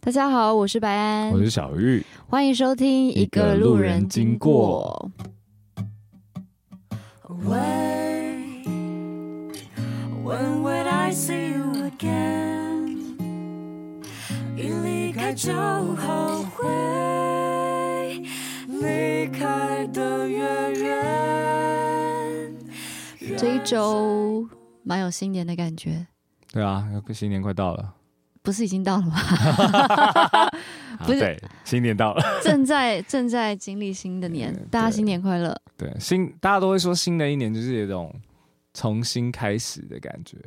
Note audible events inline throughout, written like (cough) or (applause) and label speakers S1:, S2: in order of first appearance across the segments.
S1: 大家好，我是白安
S2: 我，是小玉。
S1: 欢迎收听
S2: 一个路人经过。
S3: away. When would I see you again? 一离开就后悔，离开的越远。
S1: 这一周蛮有新年的感觉，
S2: 对啊，新年快到了，
S1: 不是已经到了吗？ (laughs)
S2: 啊
S1: 不是
S2: 对，新年
S1: (laughs)
S2: 到了，
S1: 正在正在经历新的年，大家新年快乐！
S2: 对，新大家都会说新的一年就是有一种重新开始的感觉，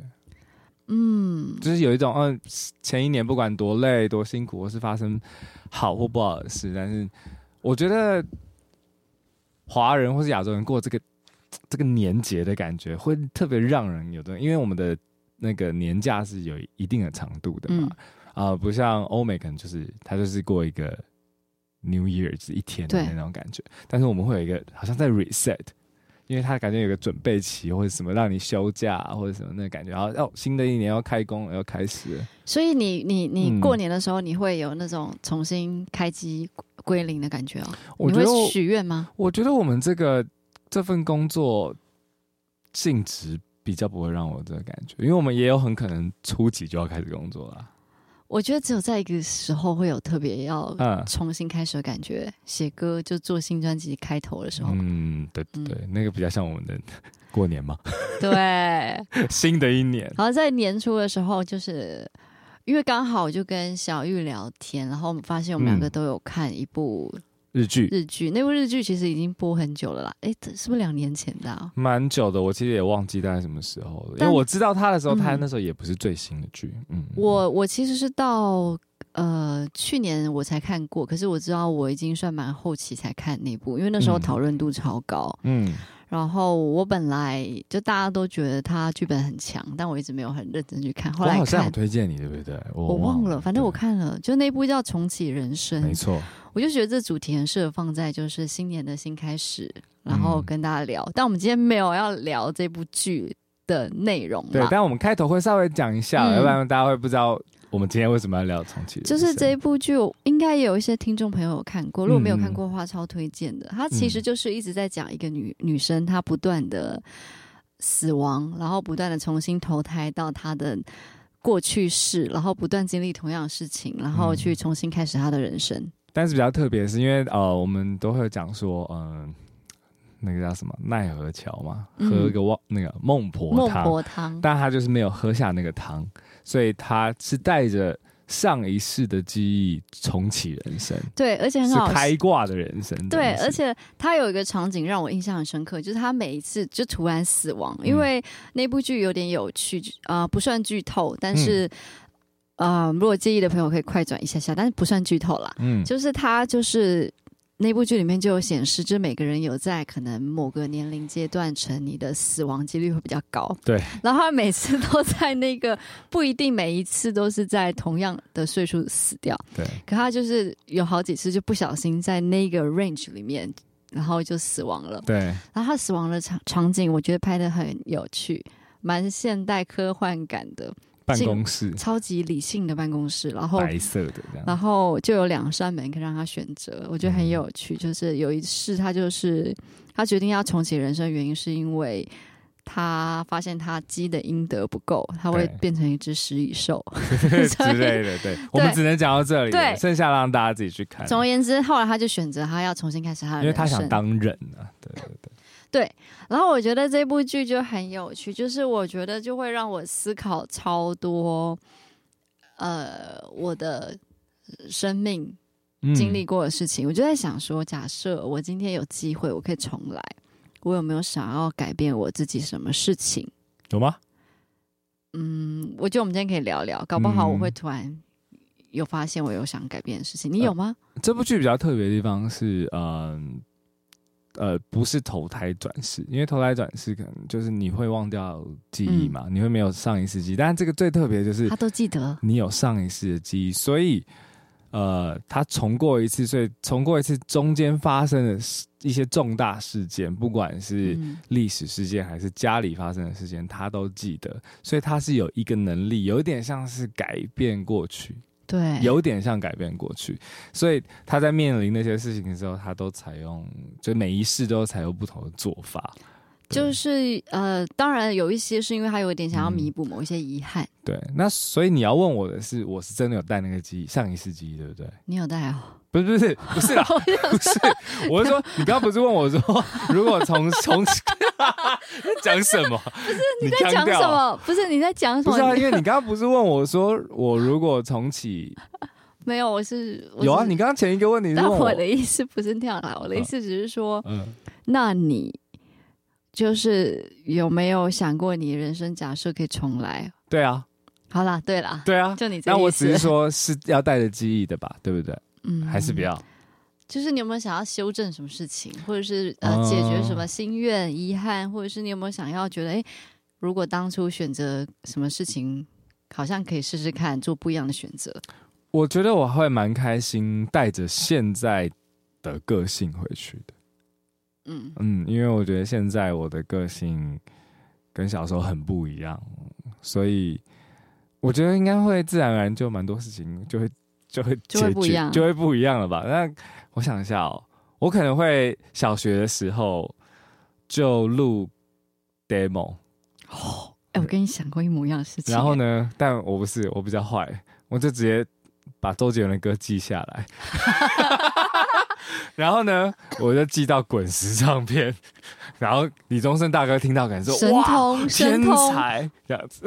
S1: 嗯，
S2: 就是有一种嗯、前一年不管多累多辛苦，或是发生好或不好的事，但是我觉得华人或是亚洲人过这个这个年节的感觉，会特别让人有的，因为我们的那个年假是有一定的长度
S1: 嗯
S2: 的嘛，啊、不像欧美可能就是他就是过一个 New Year 就是一天的
S1: 对
S2: 那种感觉，但是我们会有一个好像在 reset，因为他感觉有个准备期或者什么让你休假啊或者什么那个感觉，然后哦新的一年要开工了要开始了，
S1: 所以你你你
S2: 嗯
S1: 过年的时候，你会有那种重新开机归零的感觉哦？
S2: 我
S1: 你
S2: 觉得
S1: 会
S2: 我
S1: 许愿吗？
S2: 我觉得我们这个这份工作性质比较不会让我这个感觉，因为我们也有很可能初几就要开始工作了啊，
S1: 我觉得只有在一个时候会有特别要
S2: 嗯
S1: 啊重新开始的感觉，写歌就做新专辑开头的时候，
S2: 嗯，对
S1: 嗯
S2: 对，那个比较像我们的过年嘛， (laughs)
S1: 对。
S2: 新的一年，
S1: 然后在年初的时候，就是因为刚好我就跟小玉聊天，然后我们发现我们两个
S2: 嗯
S1: 都有看一部
S2: 日剧
S1: 日剧，那部日剧其实已经播很久了啦，诶，这是不是两年前的、啊？
S2: 蛮久的，我其实也忘记大概什么时候了，因为
S1: 但
S2: 我知道他的时候，
S1: 嗯
S2: 他那时候也不是最新的剧。嗯，
S1: 我我其实是到呃去年我才看过，可是我知道我已经算蛮后期才看那部，因为那时候
S2: 嗯
S1: 讨论度超高。
S2: 嗯，
S1: 然后我本来就大家都觉得他剧本很强，但我一直没有很认真去看。后
S2: 我
S1: 来
S2: 好像有
S1: 看
S2: 推荐你，对不对？
S1: 我
S2: 我
S1: 忘了，反正我
S2: 对
S1: 看嗯了，就那部叫《重启人生
S2: 没》，错，
S1: 我就觉得这主题很适合放在就是新年的新开始，然后
S2: 嗯
S1: 跟大家聊。但我们今天没有要聊这部剧的内容
S2: 对
S1: 啦，。
S2: 但我们开头会稍微讲一下，
S1: 嗯
S2: 要不然大家会不知道我们今天为什么要聊重启人
S1: 就
S2: 生。
S1: 是这一部剧，我应该也有一些听众朋友有看过。如果没有
S2: 嗯
S1: 看过的话，超推荐的。它其实就是一直在讲一个女女生，她不断的死亡，然后不断的重新投胎到她的过去式，然后不断经历同样的事情，然后
S2: 嗯
S1: 去重新开始她的人生。
S2: 但是比较特别，是因为呃，我们都会讲说，嗯、那个叫什么奈何桥嘛，
S1: 嗯
S2: 喝个忘、那个孟婆
S1: 孟
S2: 汤，
S1: 婆汤，
S2: 但他就是没有喝下那个汤，所以他是带着上一世的记忆重启人生。
S1: 对，而且很
S2: 是
S1: 好
S2: 开挂的人生。
S1: 对
S2: 真，的是
S1: 而且他有一个场景让我印象很深刻，就是他每一次就突然死亡，
S2: 嗯
S1: 因为那部剧有点有趣，啊，不算剧透，
S2: 嗯
S1: 但是、呃，如果介意的朋友可以快转一下下，但是不算剧透啦。
S2: 嗯，
S1: 就是他就是那部剧里面就有显示，就是每个人有在可能某个年龄阶段层，你的死亡几率会比较高。
S2: 对，
S1: 然后他每次都在那个不一定每一次都是在同样的岁数死掉。
S2: 对，
S1: 可他就是有好几次就不小心在那个 range 里面，然后就死亡了。
S2: 对，
S1: 然后他死亡的场场景，我觉得拍的很有趣，蛮现代科幻感的，
S2: 办公室
S1: 超级理性的办公室。然后，
S2: 白色的这样，
S1: 然后就有两扇门可以让他选择，我觉得很有趣。就是有一次，他就是他决定要重启人生，的原因是因为。他发现他积的阴德不够，他会
S2: 对
S1: 变成一只食蚁兽。
S2: 之类的。对，我们只能讲到这里了，
S1: 对
S2: 剩下让大家自己去看。
S1: 总而言之，后来他就选择他要重新开始他的人生，
S2: 因为他想当人啊，对对对，
S1: 然后我觉得这部剧就很有趣，就是我觉得就会让我思考超多，呃，我的生命
S2: 嗯
S1: 经历过的事情。我就在想说，假设我今天有机会，我可以重来，我有没有想要改变我自己什么事情？
S2: 有吗？
S1: 嗯，我觉得我们今天可以聊聊，搞不好
S2: 嗯呃
S1: 我会突然有发现我有想改变的事情。你有吗？
S2: 这部剧比较特别的地方是，嗯、呃，不是投胎转世，因为投胎转世可能就是你会忘掉记忆嘛，你会没有上一世记忆，但这个最特别的就是
S1: 他都记得，
S2: 你有上一世的记忆，所以呃，他重过一次，所以重过一次中间发生的事一些重大事件，不管是
S1: 嗯
S2: 历史事件还是家里发生的事件，他都记得，所以他是有一个能力，有一点像是改变过去
S1: 对，
S2: 有点像改变过去，所以他在面临那些事情的时候，他都采用，就每一世都采用不同的做法。对
S1: 就是呃，当然有一些是因为他有点想
S2: 嗯
S1: 要弥补某一些遗憾。
S2: 对，那所以你要问我的是，我是真的有带那个记忆，上一世记忆，对不对？
S1: 你有带哦？
S2: 不是
S1: (laughs)
S2: 不是不是啦，不是，我是说，你刚刚不是问我说，如果从 (laughs) 从讲什么？不是你
S1: 你在讲
S2: 腔调啊
S1: 什么？不是你在讲什
S2: 不是啊，
S1: 么？
S2: 因为你刚刚不是问我说，我如果重启，
S1: 没有，我是我
S2: 有啊，
S1: 是
S2: 你刚刚前一个问题是
S1: 但
S2: 问
S1: 我的意思不是那样啦，我的意思只是说，
S2: 嗯，
S1: 那你就是有没有想过你人生假设可以重来？
S2: 对啊，
S1: 好啦，对啦，
S2: 对啊。
S1: 就你这
S2: 那
S1: 个
S2: 我
S1: 意
S2: 只是
S1: 思，
S2: 说是要带着记忆的吧， (laughs) 对不对？
S1: 嗯
S2: 还是不。要？
S1: 就是你有没有想要修正什么事情，或者是呃
S2: 哦
S1: 解决什么心愿、遗憾，或者是你有没有想要觉得，哎，如果当初选择什么事情，好像可以试试看做不一样的选择。
S2: 我觉得我会蛮开心，带着现在的个性回去的。
S1: 嗯，
S2: 嗯，因为我觉得现在我的个性跟小时候很不一样，所以我觉得应该会自然而然就蛮多事情就会就会
S1: 就会
S2: 解
S1: 不一
S2: 决
S1: 样
S2: 就会不一样了吧？那我想一下哦，我可能会小学的时候就录 demo，
S1: 哎，我跟你想过一模一样的事情。
S2: 然后？呢，但我不是，我比较坏，我就直接把周杰伦的歌记下
S1: (laughs)
S2: 来，然后呢，我就寄到滚石唱片，然后李宗盛大哥听到感受，
S1: 神
S2: 哇，
S1: 通，神
S2: 天
S1: 通，
S2: 才这样子，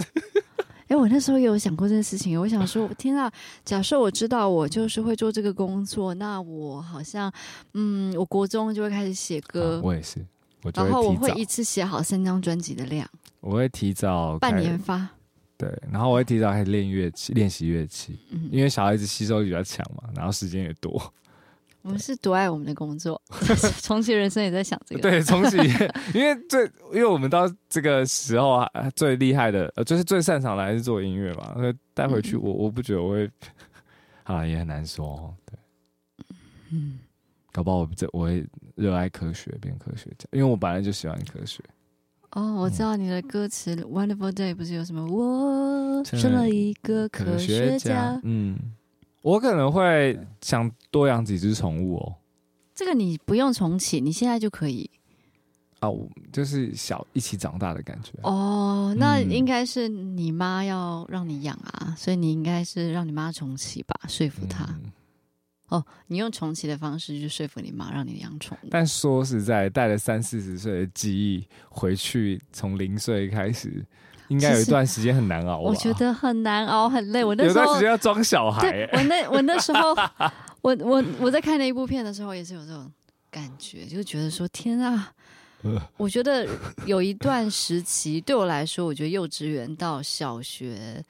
S1: 哎、我那时候也有想过这件事情，我想说，天啊，假设我知道我就是会做这个工作，那我好像，嗯，我国中就会开始写
S2: 啊
S1: 歌，
S2: 我也是，我就
S1: 然后我
S2: 会
S1: 会
S2: 提
S1: 一
S2: 早，
S1: 次写好三张专辑的量，
S2: 我会提早
S1: 半
S2: 开
S1: 年发，
S2: 对，然后我会提早开始练乐器，练习乐器，
S1: 嗯，
S2: 因为小孩子吸收力比较强嘛，然后时间也多，
S1: 我们是多爱我们的工作， (laughs) 重启人生也在想这个，，
S2: 对，重启，因为最因为我们到这个时候啊，呃最厉害的，呃，就是最擅长的还是做音乐嘛。所以带回去
S1: 嗯
S2: 我，我不觉得我会， (laughs) 啊，也很难说哦，对，
S1: 嗯，
S2: 搞不好我这我会热爱科学，变科学家，因为我本来就喜欢科学。
S1: 哦，我知道你的歌词《Wonderful Day》不是有什么我
S2: 成
S1: 生
S2: 了
S1: 了一个科学家，
S2: 嗯，我可能会想多养几只宠物哦，
S1: 这个你不用重启，你现在就可以。
S2: 啊，我就是小一起长大的感觉。
S1: 哦，那
S2: 嗯
S1: 应该是你妈要让你养啊，所以你应该是让你妈重启吧，说服她。
S2: 嗯
S1: 你用重启的方式去说服你妈让你养宠物。
S2: 但说实在，带了三四十岁的记忆回去，从零岁开始，应该有一段时间很难熬吧。啊
S1: 我觉得很难熬，很累。我那
S2: 有
S1: 时
S2: 段
S1: 候
S2: 时间要装小孩、
S1: 对
S2: 欸，
S1: 我那我那时
S2: (laughs)
S1: 候，我我我在看那一部片的时候，也是有这种感觉，就觉得说天
S2: (laughs)
S1: 啊
S2: 呃！
S1: 我觉得有一段时期对我来说，我觉得幼稚园到小学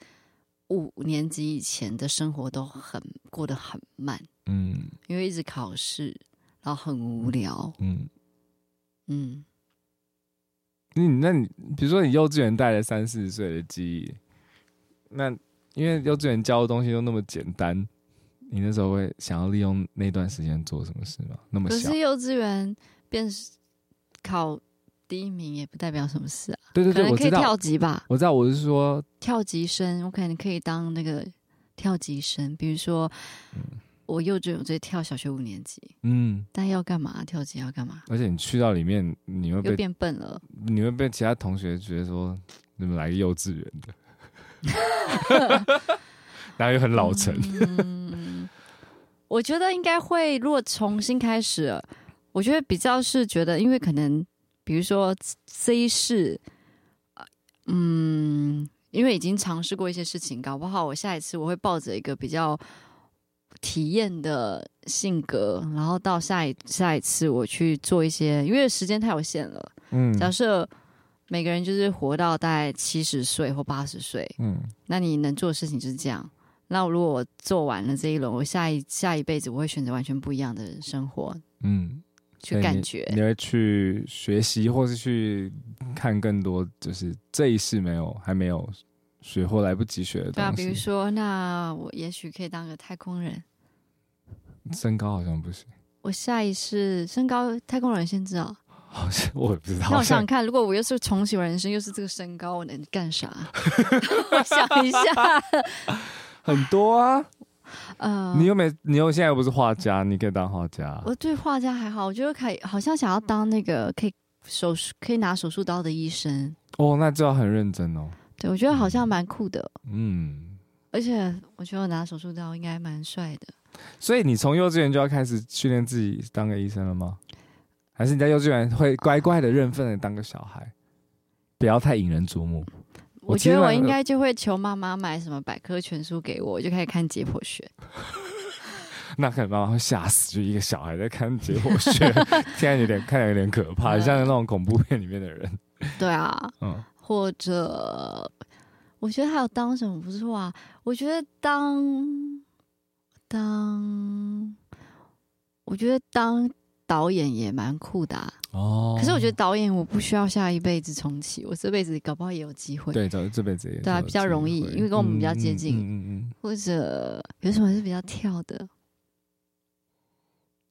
S1: 五年级以前的生活都很过得很慢。
S2: 嗯
S1: 因为一直考试，然后很无聊。
S2: 嗯，
S1: 嗯，
S2: 你那你比如说你幼稚园带了三四十岁的记忆，那因为幼稚园教的东西都那么简单，你那时候会想要利用那段时间做什么事吗？那么
S1: 可
S2: 小
S1: 是，幼稚园变考第一名也不代表什么事啊，
S2: 对对
S1: 可
S2: 对，
S1: 能
S2: 我
S1: 可以
S2: 知道
S1: 跳，级吧，
S2: 我知道，我是说，
S1: 跳级生，我可能可以当那个跳级生，比如说。我幼稚园我直接跳小学五年级，
S2: 嗯，
S1: 但要干嘛？跳级要干嘛？
S2: 而且你去到里面，你会被
S1: 又变笨了，
S2: 你会被其他同学觉得说，你们来个幼稚园的，
S1: (laughs)
S2: 然后又很老成。
S1: 嗯，我觉得应该会，如果重新开始了，我觉得比较是觉得，因为可能比如说 C 市，呃嗯，因为已经尝试过一些事情，搞不好我下一次我会抱着一个比较体验的性格，然后到下一下一次我去做一些，因为时间太有限了。
S2: 嗯
S1: 假设每个人就是活到大概七十岁或八十岁，
S2: 嗯，
S1: 那你能做的事情就是这样。那如果我做完了这一轮，我下一下一辈子我会选择完全不一样的生活
S2: 嗯，所
S1: 去
S2: 以
S1: 感觉
S2: 你，你会去学习，或是去看更多，就是这一世没有还没有学或来不及学的
S1: 对啊，
S2: 东
S1: 比如
S2: 西。
S1: 说，那我也许可以当个太空人，
S2: 身高好像不
S1: (laughs)
S2: 行，
S1: 我下一世身高太空人先知道。
S2: 好像我也不知道。
S1: 那我
S2: 好
S1: 想想
S2: 像
S1: 看，如果我又是重启我人生，又是这个身高，
S2: (laughs)
S1: 我能干啥？我想一下，
S2: 很多啊，
S1: 呃，
S2: 你又没，你又现在又不是画家，你可以当画家。啊
S1: 我对画家还好，我觉得可以，好像想要当那个可以手术可以拿手术刀的医生。
S2: 哦，那就要很认真哦。
S1: 对，我觉得好像蛮酷的，
S2: 嗯，
S1: 而且我觉得我拿手术刀应该蛮帅的。
S2: 所以你从幼稚园就要开始训练自己当个医生了吗？还是你在幼稚园会乖乖的认份的当个小孩，不要太引人注目？
S1: 我
S2: 其
S1: 觉
S2: 实
S1: 得我
S2: 蛮呃
S1: 应该就会求妈妈买什么百科全书给我，我就开始看解剖学。
S2: 那可能妈妈会吓死，就一个小孩在看解剖学， (laughs) 现啊在有点看起来有点可怕，
S1: 嗯
S2: 像那种恐怖片里面的人。
S1: 对啊，
S2: 嗯，
S1: 或者我觉得还有当什么不错啊？我觉得当当，我觉得当导演也蛮酷的、啊。
S2: 哦
S1: 可是我觉得导演我不需要下一辈子重启，我这辈子搞不好也有机会。
S2: 对，这这辈子也
S1: 对啊
S2: 是
S1: 比较容易
S2: 有机会
S1: 因为跟我们比较接
S2: 嗯
S1: 近
S2: 嗯嗯嗯嗯，
S1: 或者有什么是比较跳的？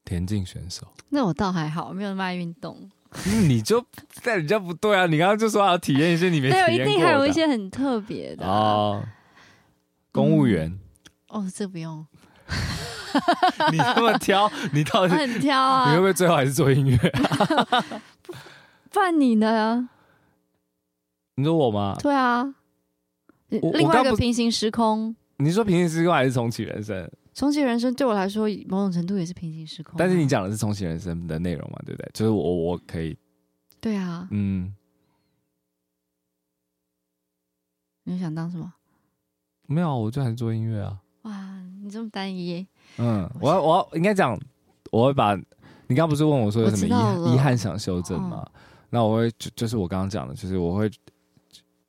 S2: 田径选手，
S1: 那我倒还好，没有那么爱运动。
S2: 嗯你就但人家不对啊！你刚刚就说要体验一些你没体
S1: 对，我一
S2: 验过的，
S1: 定还有一些很特别的啊、
S2: 哦，公务员，
S1: 哦，这不用，
S2: (laughs) 你这么挑，你到
S1: 我
S2: 底
S1: 很挑
S2: 你会
S1: 啊。
S2: 不会最后还是做音乐？
S1: 不然你呢？
S2: (laughs) 你说我吗？
S1: 对啊，
S2: 我
S1: 另
S2: 我
S1: 外
S2: 刚
S1: 一个
S2: 不
S1: 平行时空，
S2: 你说平行时空还是重启人生？
S1: 重启人生对我来说，某种程度也是平行时空啊。
S2: 但是你讲的是重启人生的内容嘛，对不对？就是我我可以，
S1: 对啊，
S2: 嗯，
S1: 你想当什么？
S2: 没有啊，我就还是做音乐啊。
S1: 哇，你这么单一，
S2: 嗯，我要我要应该讲，我会把你刚刚不是问我说有什
S1: 我知道
S2: 么
S1: 了嗯
S2: 遗遗憾想修正吗？那我会就就是我刚刚讲的，就是我会，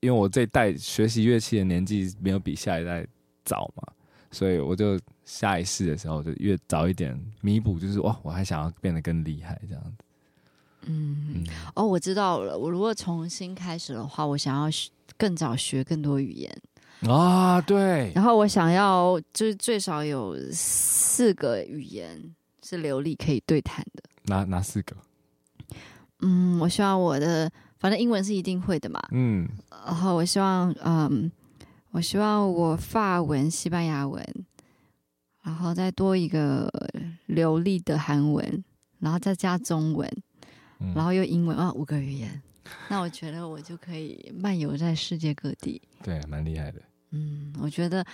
S2: 因为我这一代学习乐器的年纪没有比下一代早嘛，所以我就下一世的时候就越早一点弥补，就是哇，我还想要变得更厉害这样子。
S1: 嗯
S2: 嗯，
S1: 哦，我知道了。我如果重新开始的话，我想要学更早学更多语言，
S2: 啊，对，
S1: 然后我想要就是最少有四个语言是流利可以对谈的。
S2: 哪哪四个？
S1: 嗯，我希望我的反正英文是一定会的嘛，
S2: 嗯，
S1: 然后我希望嗯，我希望我法文、西班牙文，然后再多一个流利的韩文，然后再加中文，
S2: 嗯
S1: 然后又英文啊，五个语言。那我觉得我就可以漫游在世界各地。
S2: 对，蛮厉害的。
S1: 嗯，我觉得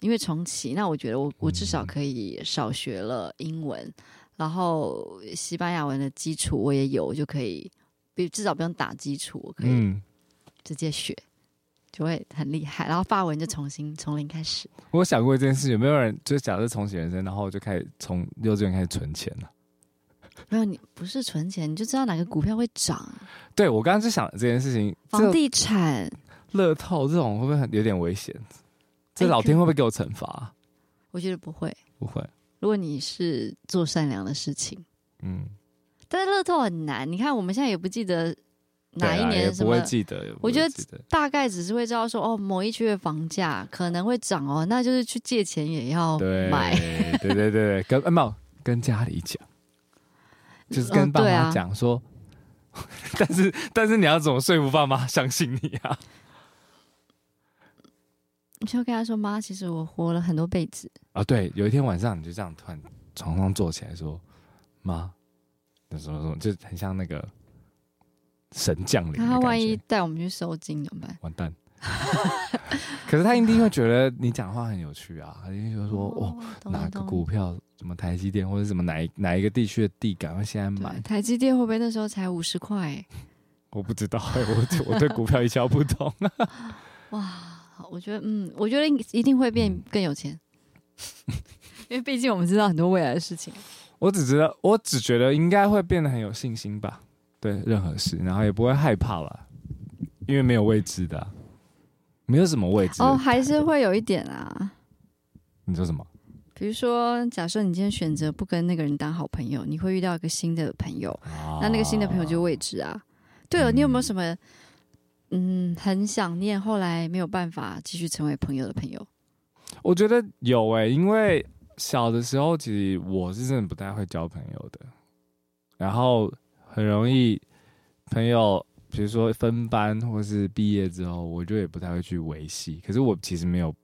S1: 因为重启，那我觉得我我至少
S2: 嗯
S1: 可以少学了英文，然后西班牙文的基础我也有，我就可以，比至少不用打基础，我可以
S2: 嗯，
S1: 直接学，就会很厉害。然后法文就重新从零开始。
S2: 我有想过这件事，有没有人就假设重启人生，然后我就开始从幼稚园开始存钱呢、
S1: 没有，你不是存钱，你就知道哪个股票会涨，
S2: 对我刚刚就想这件事情，
S1: 房
S2: 这
S1: 地产。
S2: 乐透这种会不会很有点危险？这
S1: 哎
S2: 老
S1: 可
S2: 天会不会给我惩罚啊、
S1: 我觉得不会，
S2: 不会，
S1: 如果你是做善良的事情，
S2: 嗯，
S1: 但是乐透很难。你看我们现在也不记得
S2: 对
S1: 哪一
S2: 啦也
S1: 年什
S2: 不
S1: 么
S2: 会记得。也不
S1: 我
S2: 会
S1: 觉得
S2: 记得
S1: 大概只是会知道说，哦，某一区的房价可能会涨哦，那就是去借钱也要
S2: 对，
S1: 哦买。
S2: 对对对对，跟呃没有跟家里
S1: (laughs)
S2: 讲，就是跟
S1: 嗯
S2: 爸
S1: 对
S2: 妈
S1: 啊
S2: 讲说， (laughs) 但是但是你要怎么说服爸妈相信你啊？ (laughs)
S1: 你就跟他说，妈，其实我活了很多辈子，
S2: 啊，对，有一天晚上你就这样突然床上坐起来说：“妈，那什么什么，就很像那个神降临的
S1: 那
S2: 感觉。”
S1: 他啊万一带我们去收金怎么办？
S2: 完蛋， (laughs) 可是他一定会觉得你讲话很有趣啊，他一定会说：“哦，，
S1: 懂
S2: 哪
S1: 了
S2: 个
S1: 懂了
S2: 股票，什么台积电或者什么哪一哪一个地区的地，赶快现在买
S1: 对，。台积电会不会那时候才五十块？”
S2: (laughs) 我不知道、欸我我对股票一窍
S1: (laughs)
S2: 不通。
S1: 哇，我觉得，嗯，我觉得一定会变更有钱， (laughs) 因为毕竟我们知道很多未来的事情。
S2: 我只知道，我只觉得应该会变得很有信心吧，对任何事，然后也不会害怕了，因为没有未知的啊、没有什么未知的
S1: 哦，还是会有一点啊。
S2: 你说什么？
S1: 比如说，假设你今天选择不跟那个人当好朋友，你会遇到一个新的朋友，那
S2: 那
S1: 那个新的朋友就未知啊。对了，你有没有
S2: 嗯
S1: 什么嗯很想念，后来没有办法继续成为朋友的朋友？
S2: 我觉得有诶、因为小的时候其实我是真的不太会交朋友的，然后很容易朋友，比如说分班或是毕业之后，我就也不太会去维系。可是我其实没有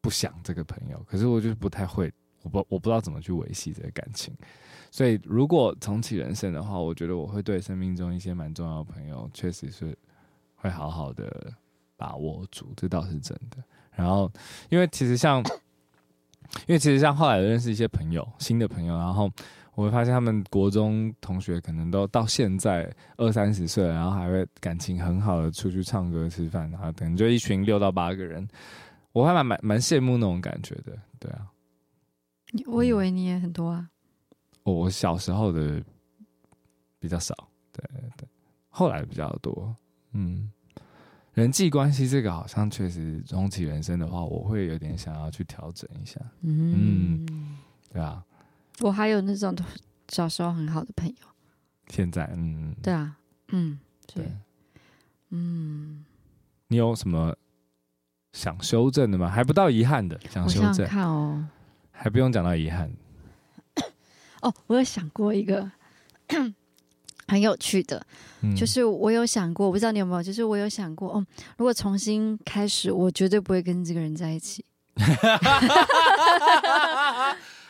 S2: 不想这个朋友，可是我就是不太会我不我不知道怎么去维系这个感情。所以如果重启人生的话，我觉得我会对生命中一些蛮重要的朋友，确实是会好好的把握住，这倒是真的。然后，因为其实像，因为其实像后来认识一些朋友，新的朋友，然后我会发现他们国中同学可能都到现在二三十岁了，然后还会感情很好的出去唱歌、吃饭，然后可能就一群六到八个人，我还蛮蛮蛮羡慕那种感觉的。对啊，
S1: 我以为你也很多啊，
S2: 我我小时候的比较少，对对，后来比较多，嗯。人际关系这个好像确实重启人生的话，我会有点想要去调整一下，
S1: 嗯，
S2: 对啊，
S1: 我还有那种小时候很好的朋友，
S2: 现在，嗯，
S1: 对啊，嗯，
S2: 对
S1: 对，，嗯，
S2: 你有什么想修正的吗？还不到遗憾的，想
S1: 我
S2: 修
S1: 想想
S2: 正，
S1: 看哦，
S2: 还不用讲到遗憾。
S1: 哦，我有想过一个 (clears throat) 很有趣的，
S2: 嗯，
S1: 就是我有想过，我不知道你有没有，就是我有想过，嗯，如果重新开始，我绝对不会跟这个人在一起，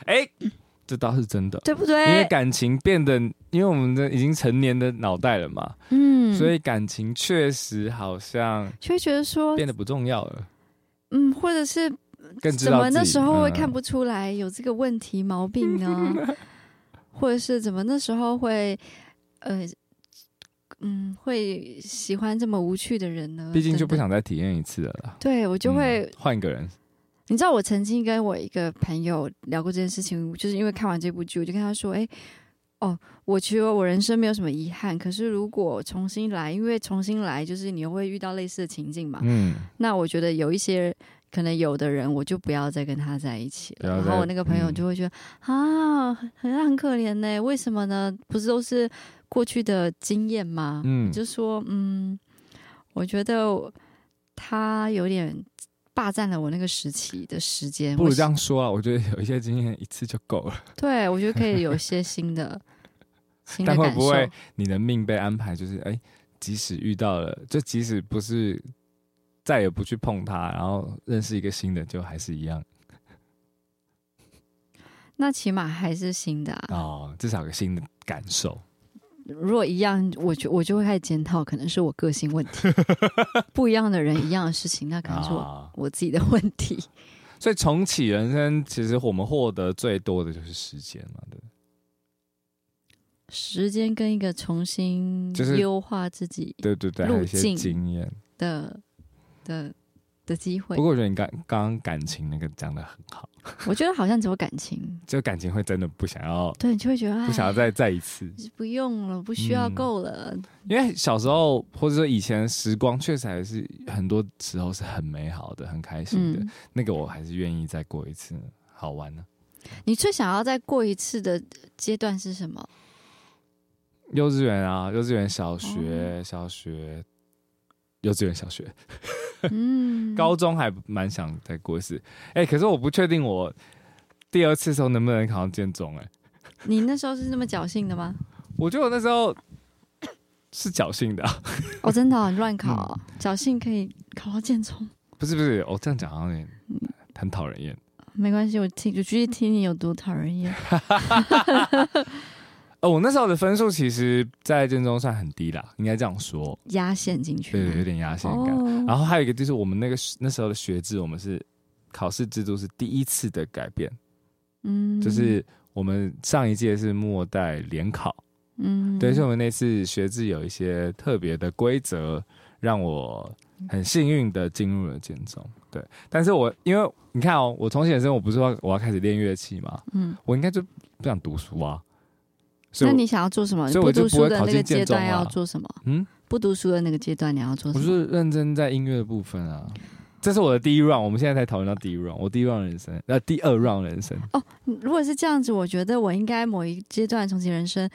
S2: 哎、
S1: 嗯
S2: 这倒是真的，
S1: 对不
S2: 因为
S1: 对？
S2: 感情变得，因为我们的已经成年的脑袋了嘛，
S1: 嗯，
S2: 所以感情确实好像
S1: 就会觉得说，
S2: 变得不重要了，
S1: 嗯，或者是
S2: 更
S1: 哦
S2: 知
S1: 怎
S2: 道
S1: 么
S2: 自己
S1: 那时候会
S2: 嗯
S1: 看不出来有这个问题毛病呢？
S2: (laughs)
S1: 或者是怎么那时候会，呃，嗯，会喜欢这么无趣的人呢？
S2: 毕竟就不
S1: 等等。
S2: 想再体验一次了啦，
S1: 对，我就
S2: 嗯
S1: 会
S2: 换、个人。
S1: 你知道我曾经跟我一个朋友聊过这件事情，就是因为看完这部剧，我就跟他说：“哎、哦，我觉得我人生没有什么遗憾，可是如果重新来，因为重新来就是你又会遇到类似的情境嘛。
S2: 嗯，
S1: 那我觉得有一些可能有的人，我就不要再跟他在一起
S2: 不要
S1: 了。
S2: 再
S1: 然后我那个朋友
S2: 嗯
S1: 就会觉得、啊，很很可怜呢、为什么呢？不是都是过去的经验吗？
S2: 嗯
S1: 我就说，嗯，我觉得他有点霸占了我那个时期的时间，
S2: 不如
S1: 我
S2: 这样说啊，我觉得有一些经验一次就够了。
S1: 对我觉得可以有一些新
S2: (laughs)
S1: 的新的
S2: 但会
S1: 感
S2: 不
S1: 受。
S2: 会你的命被安排就是，哎、即使遇到了，就即使不是再也不去碰它，然后认识一个新的，就还是一样
S1: 那起码还是新的、啊。
S2: 哦，至少有个新的感受。
S1: 如果一样，我就我就会开始检讨，可能是我个性问
S2: (laughs)
S1: 题。不一样的人，一样的事情，那可能是我、
S2: 啊，
S1: 我自己的问题。
S2: 所以重启人生，其实我们获得最多的就是时间嘛，对不对？
S1: 时间跟一个重新
S2: 就是
S1: 优化自己
S2: 对对对，还有一
S1: 路
S2: 些
S1: 径
S2: 经验。
S1: 的的的机会
S2: 不，过我觉得你刚刚刚感情那个讲的很好，
S1: 我觉得好像只有感情，
S2: 就感情会真的不想要，
S1: 对你就会觉得
S2: 不想要
S1: 哎，
S2: 再再一次。
S1: 不用了，不需要，
S2: 嗯
S1: 够了。
S2: 因为小时候或者说以前的时光，确实还是很多时候是很美好的、很开心的。
S1: 嗯，
S2: 那个我还是愿意再过一次，好玩啊呢、
S1: 你最想要再过一次的阶段是什
S2: (laughs)
S1: 么？
S2: 幼稚园啊，幼稚园、小学、
S1: 哦
S2: 小学、幼稚园、小学、
S1: 嗯，
S2: 高中还蛮想再过一次。哎、可是我不确定我第二次的时候能不能考上建中、哎，
S1: 你那时候是那么侥幸的 (laughs) 吗？
S2: 我觉得我那时候是侥幸的啊、 (laughs)
S1: 哦，真的哦、你乱考哦、
S2: 嗯
S1: 侥幸可以考到建中，
S2: 不是不是，我、这样讲好像有点很讨人厌。
S1: 没关系，我听，我继续听你有多讨人厌。
S2: 哦，我那时候的分数其实，在建中算很低啦，应该这样说，
S1: 压线进去
S2: 对
S1: 吗，
S2: 有点压线感。
S1: 哦，
S2: 然后还有一个就是我们那个那时候的学制，我们是考试制度是第一次的改变，
S1: 嗯
S2: 就是我们上一届是末代联考，
S1: 嗯
S2: 对，所以我们那次学制有一些特别的规则，让我很幸运的进入了建中。对，但是我因为你看哦，我从小生我不是说我要开始练乐器嘛，
S1: 嗯，
S2: 我应该就不想读书啊，所以
S1: 那
S2: 我
S1: 你想要做什么？
S2: 所以我就
S1: 不读
S2: 不
S1: 书
S2: 会
S1: 的
S2: 考
S1: 那
S2: 进
S1: 个阶
S2: 建中
S1: 段要
S2: 啊
S1: 做什么？
S2: 嗯，
S1: 不读书的那个阶段你要做什么？
S2: 我是认真在音乐的部分啊。这是我的第一 round，我们现在才讨论到第一 round，我第一 round 人生，那、第二 round 人生，
S1: 如果是这样子，我觉得我应该某一阶段重启人生，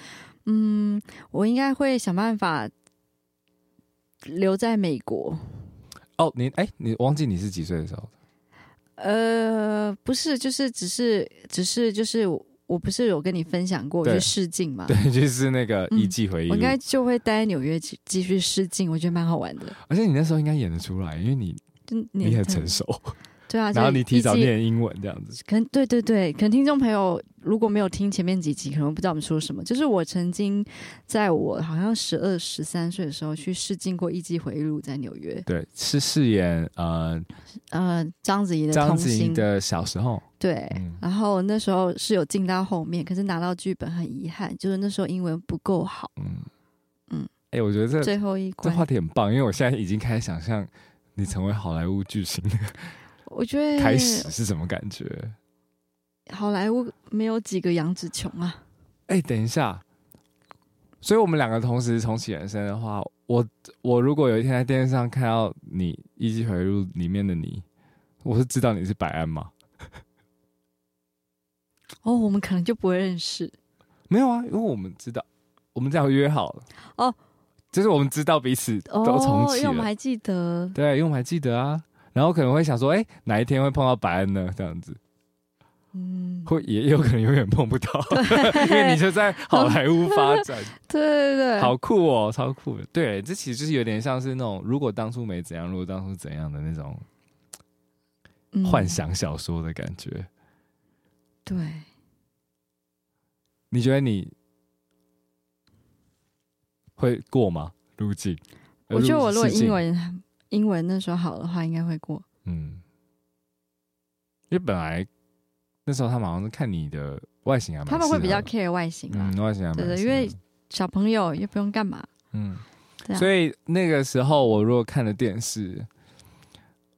S1: 嗯，我应该会想办法留在美国。
S2: 哦，你哎、你忘记你是几岁的时候？
S1: 呃，不是，就是只是只是就是我，我不是有跟你分享过我
S2: 对
S1: 去试镜嘛？
S2: 对，就是那个
S1: 啊嗯
S2: 艺伎回忆
S1: 我应。
S2: 录
S1: 该就会待在纽约继继续试镜，我觉得蛮好玩的。
S2: 而且你那时候应该演得出来，因为你
S1: 就
S2: (laughs) 你很成熟。
S1: 对对啊，
S2: 然后
S1: 就
S2: 你提早
S1: 一季
S2: 念英文这样子，
S1: 可能对对对，可能听众朋友如果没有听前面几集，可能不知道我们说什么。就是我曾经在我好像十二、十三岁的时候去试镜过《艺伎回忆录》在纽约，
S2: 对，是饰演呃
S1: 呃，章子怡的
S2: 章
S1: 童
S2: 子怡
S1: 星，
S2: 的小时候，
S1: 对。
S2: 嗯，
S1: 然后那时候是有进到后面，可是拿到剧本很遗憾，就是那时候英文不够好，
S2: 嗯嗯
S1: 嗯，
S2: 哎、我觉得这
S1: 最后一
S2: 这话
S1: 关，
S2: 题很棒，因为我现在已经开始想象你成为好莱坞巨星的
S1: 我觉得
S2: 开始是什么感觉。
S1: 好莱坞没有几个杨紫琼啊，
S2: 哎、等一下，所以我们两个同时重启人生的话，我我如果有一天在电视上看到你《一季回忆录》里面的你，我是知道你是白安吗？
S1: 哦，我们可能就不会认识。
S2: 没有啊，因为我们知道，我们这样约好了。
S1: 哦，
S2: 就是我们知道彼此都
S1: 哦，
S2: 重
S1: 因
S2: 启
S1: 为我们
S2: 了，
S1: 还记得，
S2: 对，因为我们还记得啊。然后可能会想说，哎、哪一天会碰到白安呢？这样子，
S1: 嗯，
S2: 会也也有可能永远碰不到，因为你就在好莱坞发展。
S1: 对对对，
S2: 好酷哦，超酷的。对，这其实就是有点像是那种如果当初没怎样，如果当初怎样的那种
S1: 嗯
S2: 幻想小说的感觉。
S1: 对，
S2: 你觉得你会过吗？路径？呃
S1: 我觉得我如果
S2: 路径
S1: 英，文 (laughs) 英文那时候好的话，应该会过。
S2: 嗯，因为本来那时候他们好像是看你的外形还蛮
S1: 他们会比较
S2: 适合
S1: care 外形
S2: 的
S1: 啦，
S2: 嗯，外形还蛮
S1: 对对
S2: 适
S1: 因为
S2: 合的
S1: 小朋友也不用干嘛。
S2: 嗯。
S1: 对啊
S2: 所以那个时候，我如果看了电视，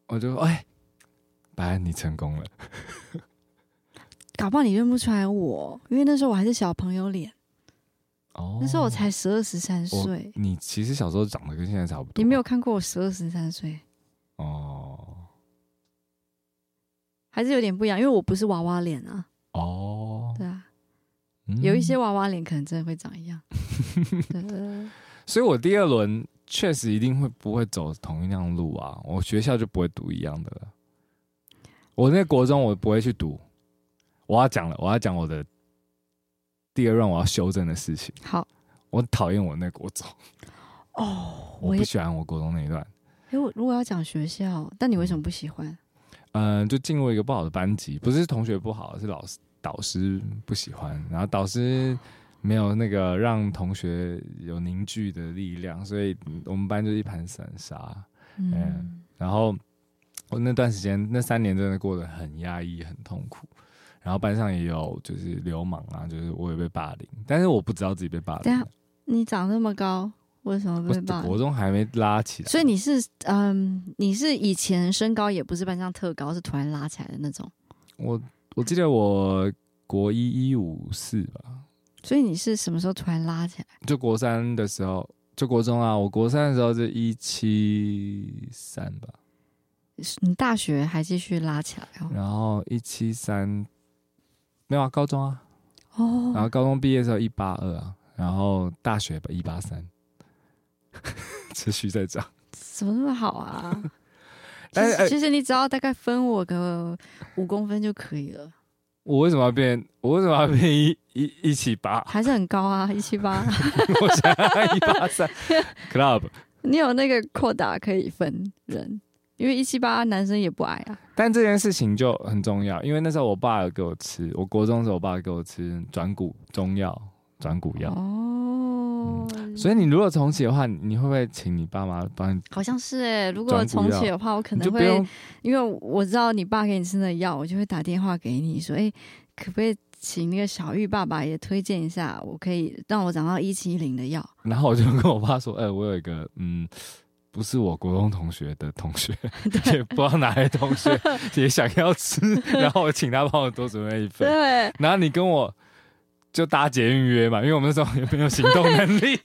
S2: 我就说哎，白安你成功了。
S1: 搞不好你认不出来我，因为那时候我还是小朋友脸，
S2: 哦，
S1: 那时候我才十二十三岁。
S2: 你其实小时候长得跟现在差不多，
S1: 你没有看过我十二十三岁，
S2: 哦
S1: 还是有点不一样，因为我不是娃娃脸啊，
S2: 哦，
S1: 对啊，
S2: 嗯
S1: 有一些，娃娃脸可能真的会长
S2: (laughs)
S1: 一样。对对对 (laughs)
S2: 所以我第二轮确实一定会不会走同一样路啊，我学校就不会读一样的了。我那国中我不会去读，我要讲了，我要讲我的第二段我要修正的事情。
S1: 好
S2: 我讨厌我那国中，
S1: 哦，我
S2: 我不
S1: 也
S2: 喜欢我国中那一段。
S1: 哎，我如果要讲学校，但你为什么不喜欢？
S2: 嗯，就进入一个不好的班级，不是同学不好，是老师导师不喜欢，然后导师没有那个让同学有凝聚的力量，所以我们班就一盘散沙。哎
S1: 嗯，
S2: 然后我那段时间那三年真的过得很压抑，很痛苦。然后班上也有就是流氓啊，就是我也被霸凌，但是我不知道自己被霸凌
S1: 等一下，你长那么高，为什么
S2: 我
S1: 啊被霸凌
S2: 国？中还没拉起来，
S1: 所以你是嗯，你是以前身高也不是班上特高，是突然拉起来的那种，
S2: 我我记得我国一一五四吧，
S1: 所以你是什么时候突然拉起来？
S2: 就国三的时候，就国中啊，我国三的时候是一七三吧，
S1: 是你大学还继续拉起来哦？
S2: 然后一七三没有啊，高中啊，然后
S1: 哦，
S2: 高中毕业的时候一八二啊，然后大学吧一八三， (laughs) 持续在涨。
S1: 怎么那么好啊？其
S2: (laughs) 但是哎
S1: 实其实你只要大概分我个五公分就可以了，
S2: 我为什么要变？我为什么要变一一一七八？ (laughs)
S1: 还是很高啊，一七八。
S2: 我想要一八三 club， (laughs)
S1: 你有那个扩打可以分人，因为一七八男生也不矮啊。
S2: 但这件事情就很重要，因为那时候我爸有给我吃，我国中的时候我爸有给我吃转骨中药、转骨药。
S1: 哦，
S2: 所以你如果重启的话，你你会不会请你爸妈帮你？
S1: 好像是哎、如果
S2: 转骨
S1: 重
S2: 药
S1: 启的话，我可
S2: 你
S1: 能
S2: 就不
S1: 会
S2: 用
S1: 因为我知道你爸给你吃的药，我就会打电话给你说，哎、可不可以请那个小玉爸爸也推荐一下，我可以让我长到一七零的药。
S2: 然后我就跟我爸说，哎、我有一个嗯，不是我国中同学的同
S1: (laughs)
S2: 学，也不知道哪来同学也想要吃， (laughs) 然后我请他帮我多准备一份。
S1: 对，
S2: 然后你跟我就搭捷运约嘛，因为我们那时候也没有行动能
S1: (laughs)
S2: 力，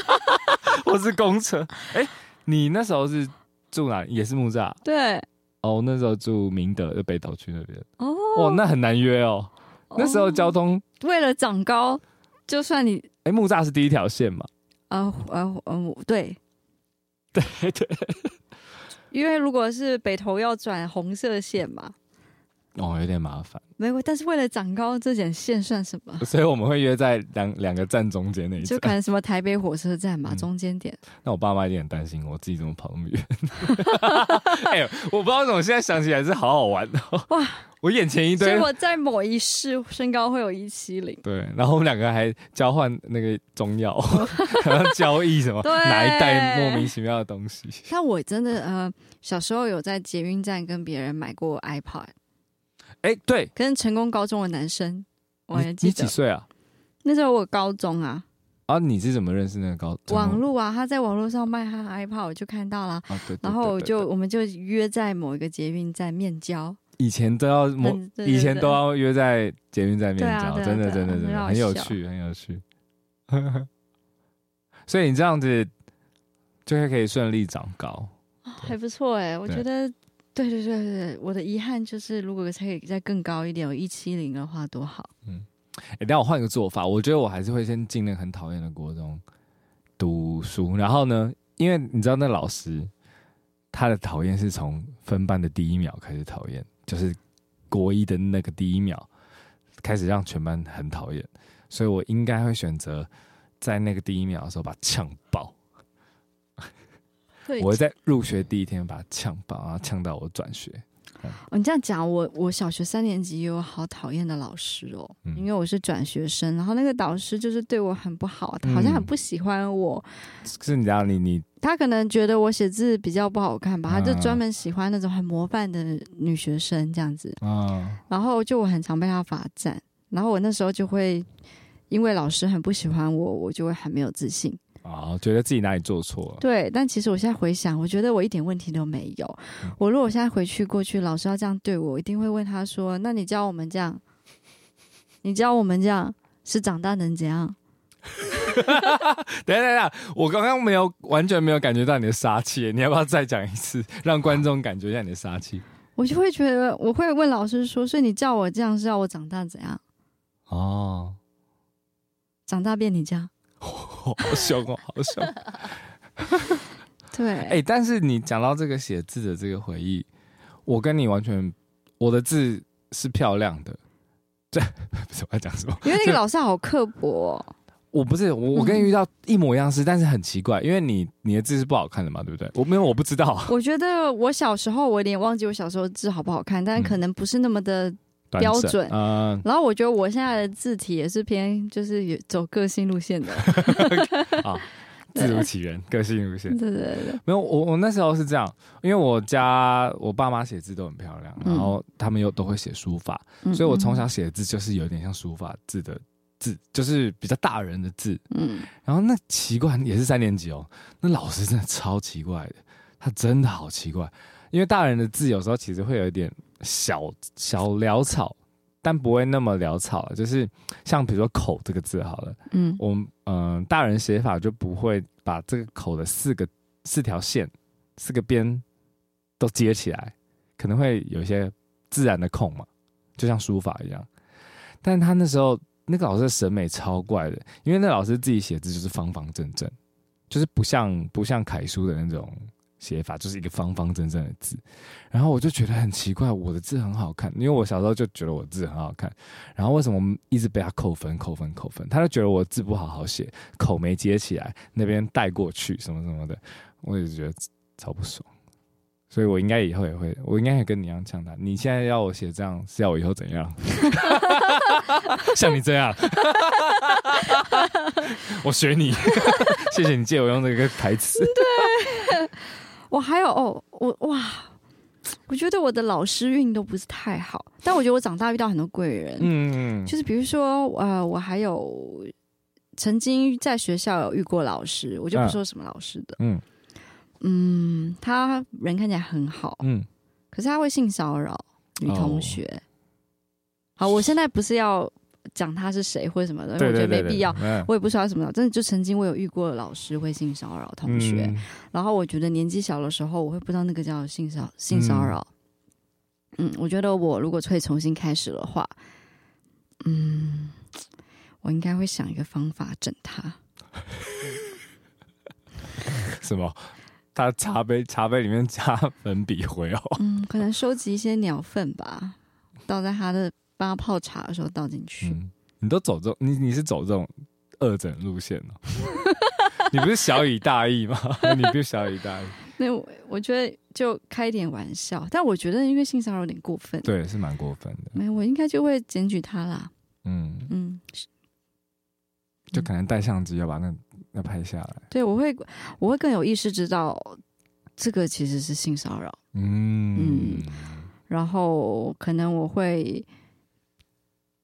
S2: (laughs) 我是公车。哎、你那时候是住哪？也是木栅
S1: 对，
S2: 哦，那时候住明德，就北斗区那边。
S1: 哦，
S2: 哇，那很难约哦， (laughs) 那时候交通。
S1: 哦为了长高，就算你
S2: 哎、木栅是第一条线
S1: (laughs)
S2: 嘛？
S1: 啊啊嗯，对，对对，因为如果是北投要转红色线嘛，
S2: 哦，有点麻烦，
S1: 没有，但是为了长高这点线算什么？
S2: 所以我们会约在两两个站中间那一
S1: 就
S2: 站。
S1: 可能什么台北火车站吧，
S2: 嗯
S1: 中间点。
S2: 那我爸妈一定很担心我自己怎么跑那么远。 (laughs) 哎、我不知道怎么现在想起来是好好玩的、哇
S1: 哇！
S2: 我眼前一
S1: 所以
S2: 堆
S1: 我在某一世身高会有一七零。
S2: 对，然后我们两个还交换那个中药， (laughs) 然后交易什么
S1: 哦对
S2: 哪一袋莫名其妙的东西。
S1: 但我真的呃，小时候有在捷运站跟别人买过 iPod，
S2: 哎、对，
S1: 跟成功高中的男生，我
S2: 你
S1: 还
S2: 你
S1: 记
S2: 几
S1: 得
S2: 岁啊？
S1: 那时候我高中啊，
S2: 啊，你是怎么认识那个高？
S1: 网络啊，他在网络上卖他的 iPod，我就看到了。
S2: 啊，对对对
S1: 然后我
S2: 对
S1: 就
S2: 对
S1: 我们就约在某一个捷运站面交，
S2: 以前都要摸
S1: 很对对
S2: 以前
S1: 对
S2: 都要约在捷运站面
S1: 对啊
S2: 交，
S1: 对啊
S2: 真
S1: 对
S2: 的
S1: 啊
S2: 真的真
S1: 很
S2: 的
S1: 好
S2: 很有
S1: 笑
S2: 趣，很有趣。所以你这样子就会可以顺利长高。
S1: 还不错哎、我
S2: 对
S1: 觉得，对对对对，我的遗憾就是，如果可以再更高一点，有一七零的话多好。
S2: 哎、但我换个做法，我觉得我还是会先进那个很讨厌的国中读书，然后呢，因为你知道那老师他的讨厌是从分班的第一秒开始讨厌，就是国一的那个第一秒开始让全班很讨厌，所以我应该会选择在那个第一秒的时候把他呛爆。
S1: 对，
S2: 我会在入学第一天把他呛爆，然后呛到我转学。
S1: 哦，你这样讲，我我小学三年级也有好讨厌的老师哦，
S2: 嗯
S1: 因为我是转学生，然后那个导师就是对我很不好，
S2: 嗯
S1: 好像很不喜欢我，
S2: 是你知道你你
S1: 他可能觉得我写字比较不好看吧，他就
S2: 嗯
S1: 专门喜欢那种很模范的女学生这样子，
S2: 啊，
S1: 然后就我很常被他罚站，然后我那时候就会。因为老师很不喜欢我，我就会很没有自信。
S2: 哦，觉得自己哪里做错了，
S1: 对，但其实我现在回想，我觉得我一点问题都没有。
S2: 嗯
S1: 我如果现在回去过去，老师要这样对我，我一定会问他说：“那你教我们这样，你教我们这样是长大能怎样
S2: 等一下等一下，我刚刚没有完全没有感觉到你的杀气，你要不要再讲一次，让观众感觉一下你的杀气？？”
S1: 我就会觉得，我会问老师说：“所以你叫我这样是要我长大怎样？
S2: (laughs) 哦，
S1: 长大变你这样
S2: 好凶哦，好凶！？”
S1: 对，
S2: 哎、但是你讲到这个写字的这个回忆，我跟你完全，我的字是漂亮的。 (laughs) 这不是我要讲什么？
S1: 因为那个老师好刻薄、哦，
S2: 我不是我，
S1: 嗯
S2: 我跟你遇到一模一样事，但是很奇怪，因为你你的字是不好看的嘛，对不对？我没有，我不知道啊。
S1: 我觉得我小时候我有点忘记我小时候字好不好看，但
S2: 嗯
S1: 可能不是那么的。
S2: (laughs) 短
S1: 标
S2: 整
S1: 准
S2: 嗯、
S1: 然后我觉得我现在的字体也是偏就是有走个性路线的，
S2: 字如其人，个性如线
S1: 对。对对，
S2: 没有，我我那时候是这样，因为我家我爸妈写字都很漂亮，
S1: 嗯
S2: 然后他们又都会写书法，
S1: 对
S2: 所以我从小写的字就是有点像书法字的字，就是比较大人的字。
S1: 嗯，
S2: 然后那奇怪也是三年级哦，那老师真的超奇怪的，他真的好奇怪，因为大人的字有时候其实会有一点小小潦草，但不会那么潦草了，就是像比如说“口”这个字好了。
S1: 嗯
S2: 我们嗯、呃大人写法就不会把这个口的四个四条线、四个边都接起来，可能会有一些自然的空嘛，就像书法一样。但他那时候那个老师的审美超怪的，因为那老师自己写字就是方方正正，就是不像不像楷书的那种写法，就是一个方方正正的字。然后我就觉得很奇怪，我的字很好看，因为我小时候就觉得我的字很好看，然后为什么一直被他扣分、扣分、扣分？他就觉得我字不好好写，口没接起来，那边带过去什么什么的，我也觉得超不爽。所以我应该以后也会，我应该也跟你一样呛他。你现在要我写这样，是要我以后怎样？ (laughs) 像你这样， (laughs) 我学你。 (laughs) 谢谢你借我用这个台
S1: (laughs)
S2: 词。
S1: 我还有哦，我哇，我觉得我的老师运都不是太好，但我觉得我长大遇到很多贵人，
S2: 嗯，
S1: 就是比如说呃，我还有曾经在学校有遇过老师，我就不
S2: 嗯
S1: 说什么老师的，
S2: 嗯
S1: 嗯，他人看起来很好，
S2: 嗯，哦
S1: 可是他会性骚扰女同学。好，我现在不是要讲他是谁或者什么的，因为
S2: 对
S1: 我觉得
S2: 对对，
S1: 没
S2: 对
S1: 必要。。
S2: 嗯
S1: 我也不知道什么，真的就曾经我有遇过老师会性骚扰同学，
S2: 嗯
S1: 然后我觉得年纪小的时候，我会不知道那个叫性骚性骚扰。嗯我觉得我如果可以重新开始的话，嗯，我应该会想一个方法整他。
S2: 什么？他茶杯茶杯里面加粉笔灰哦。
S1: 嗯，可能收集一些鸟粪吧。倒在他的帮他泡茶的时候倒进去。
S2: 嗯，你都走这种，你你是走这种二诊路线 (laughs) 哦。你不是小以大义吗？ (laughs) 你不是小以大义，
S1: 那我我觉得就开一点玩笑，但我觉得因为性骚扰有点过分，，
S2: 对，是蛮过分的。
S1: 没有我应该就会检举他啦。
S2: 嗯，
S1: 嗯，
S2: 就可能带相机要把那要拍下来。
S1: 对，我会我会更有意识知道这个其实是性骚扰，
S2: 嗯
S1: 嗯然后可能我会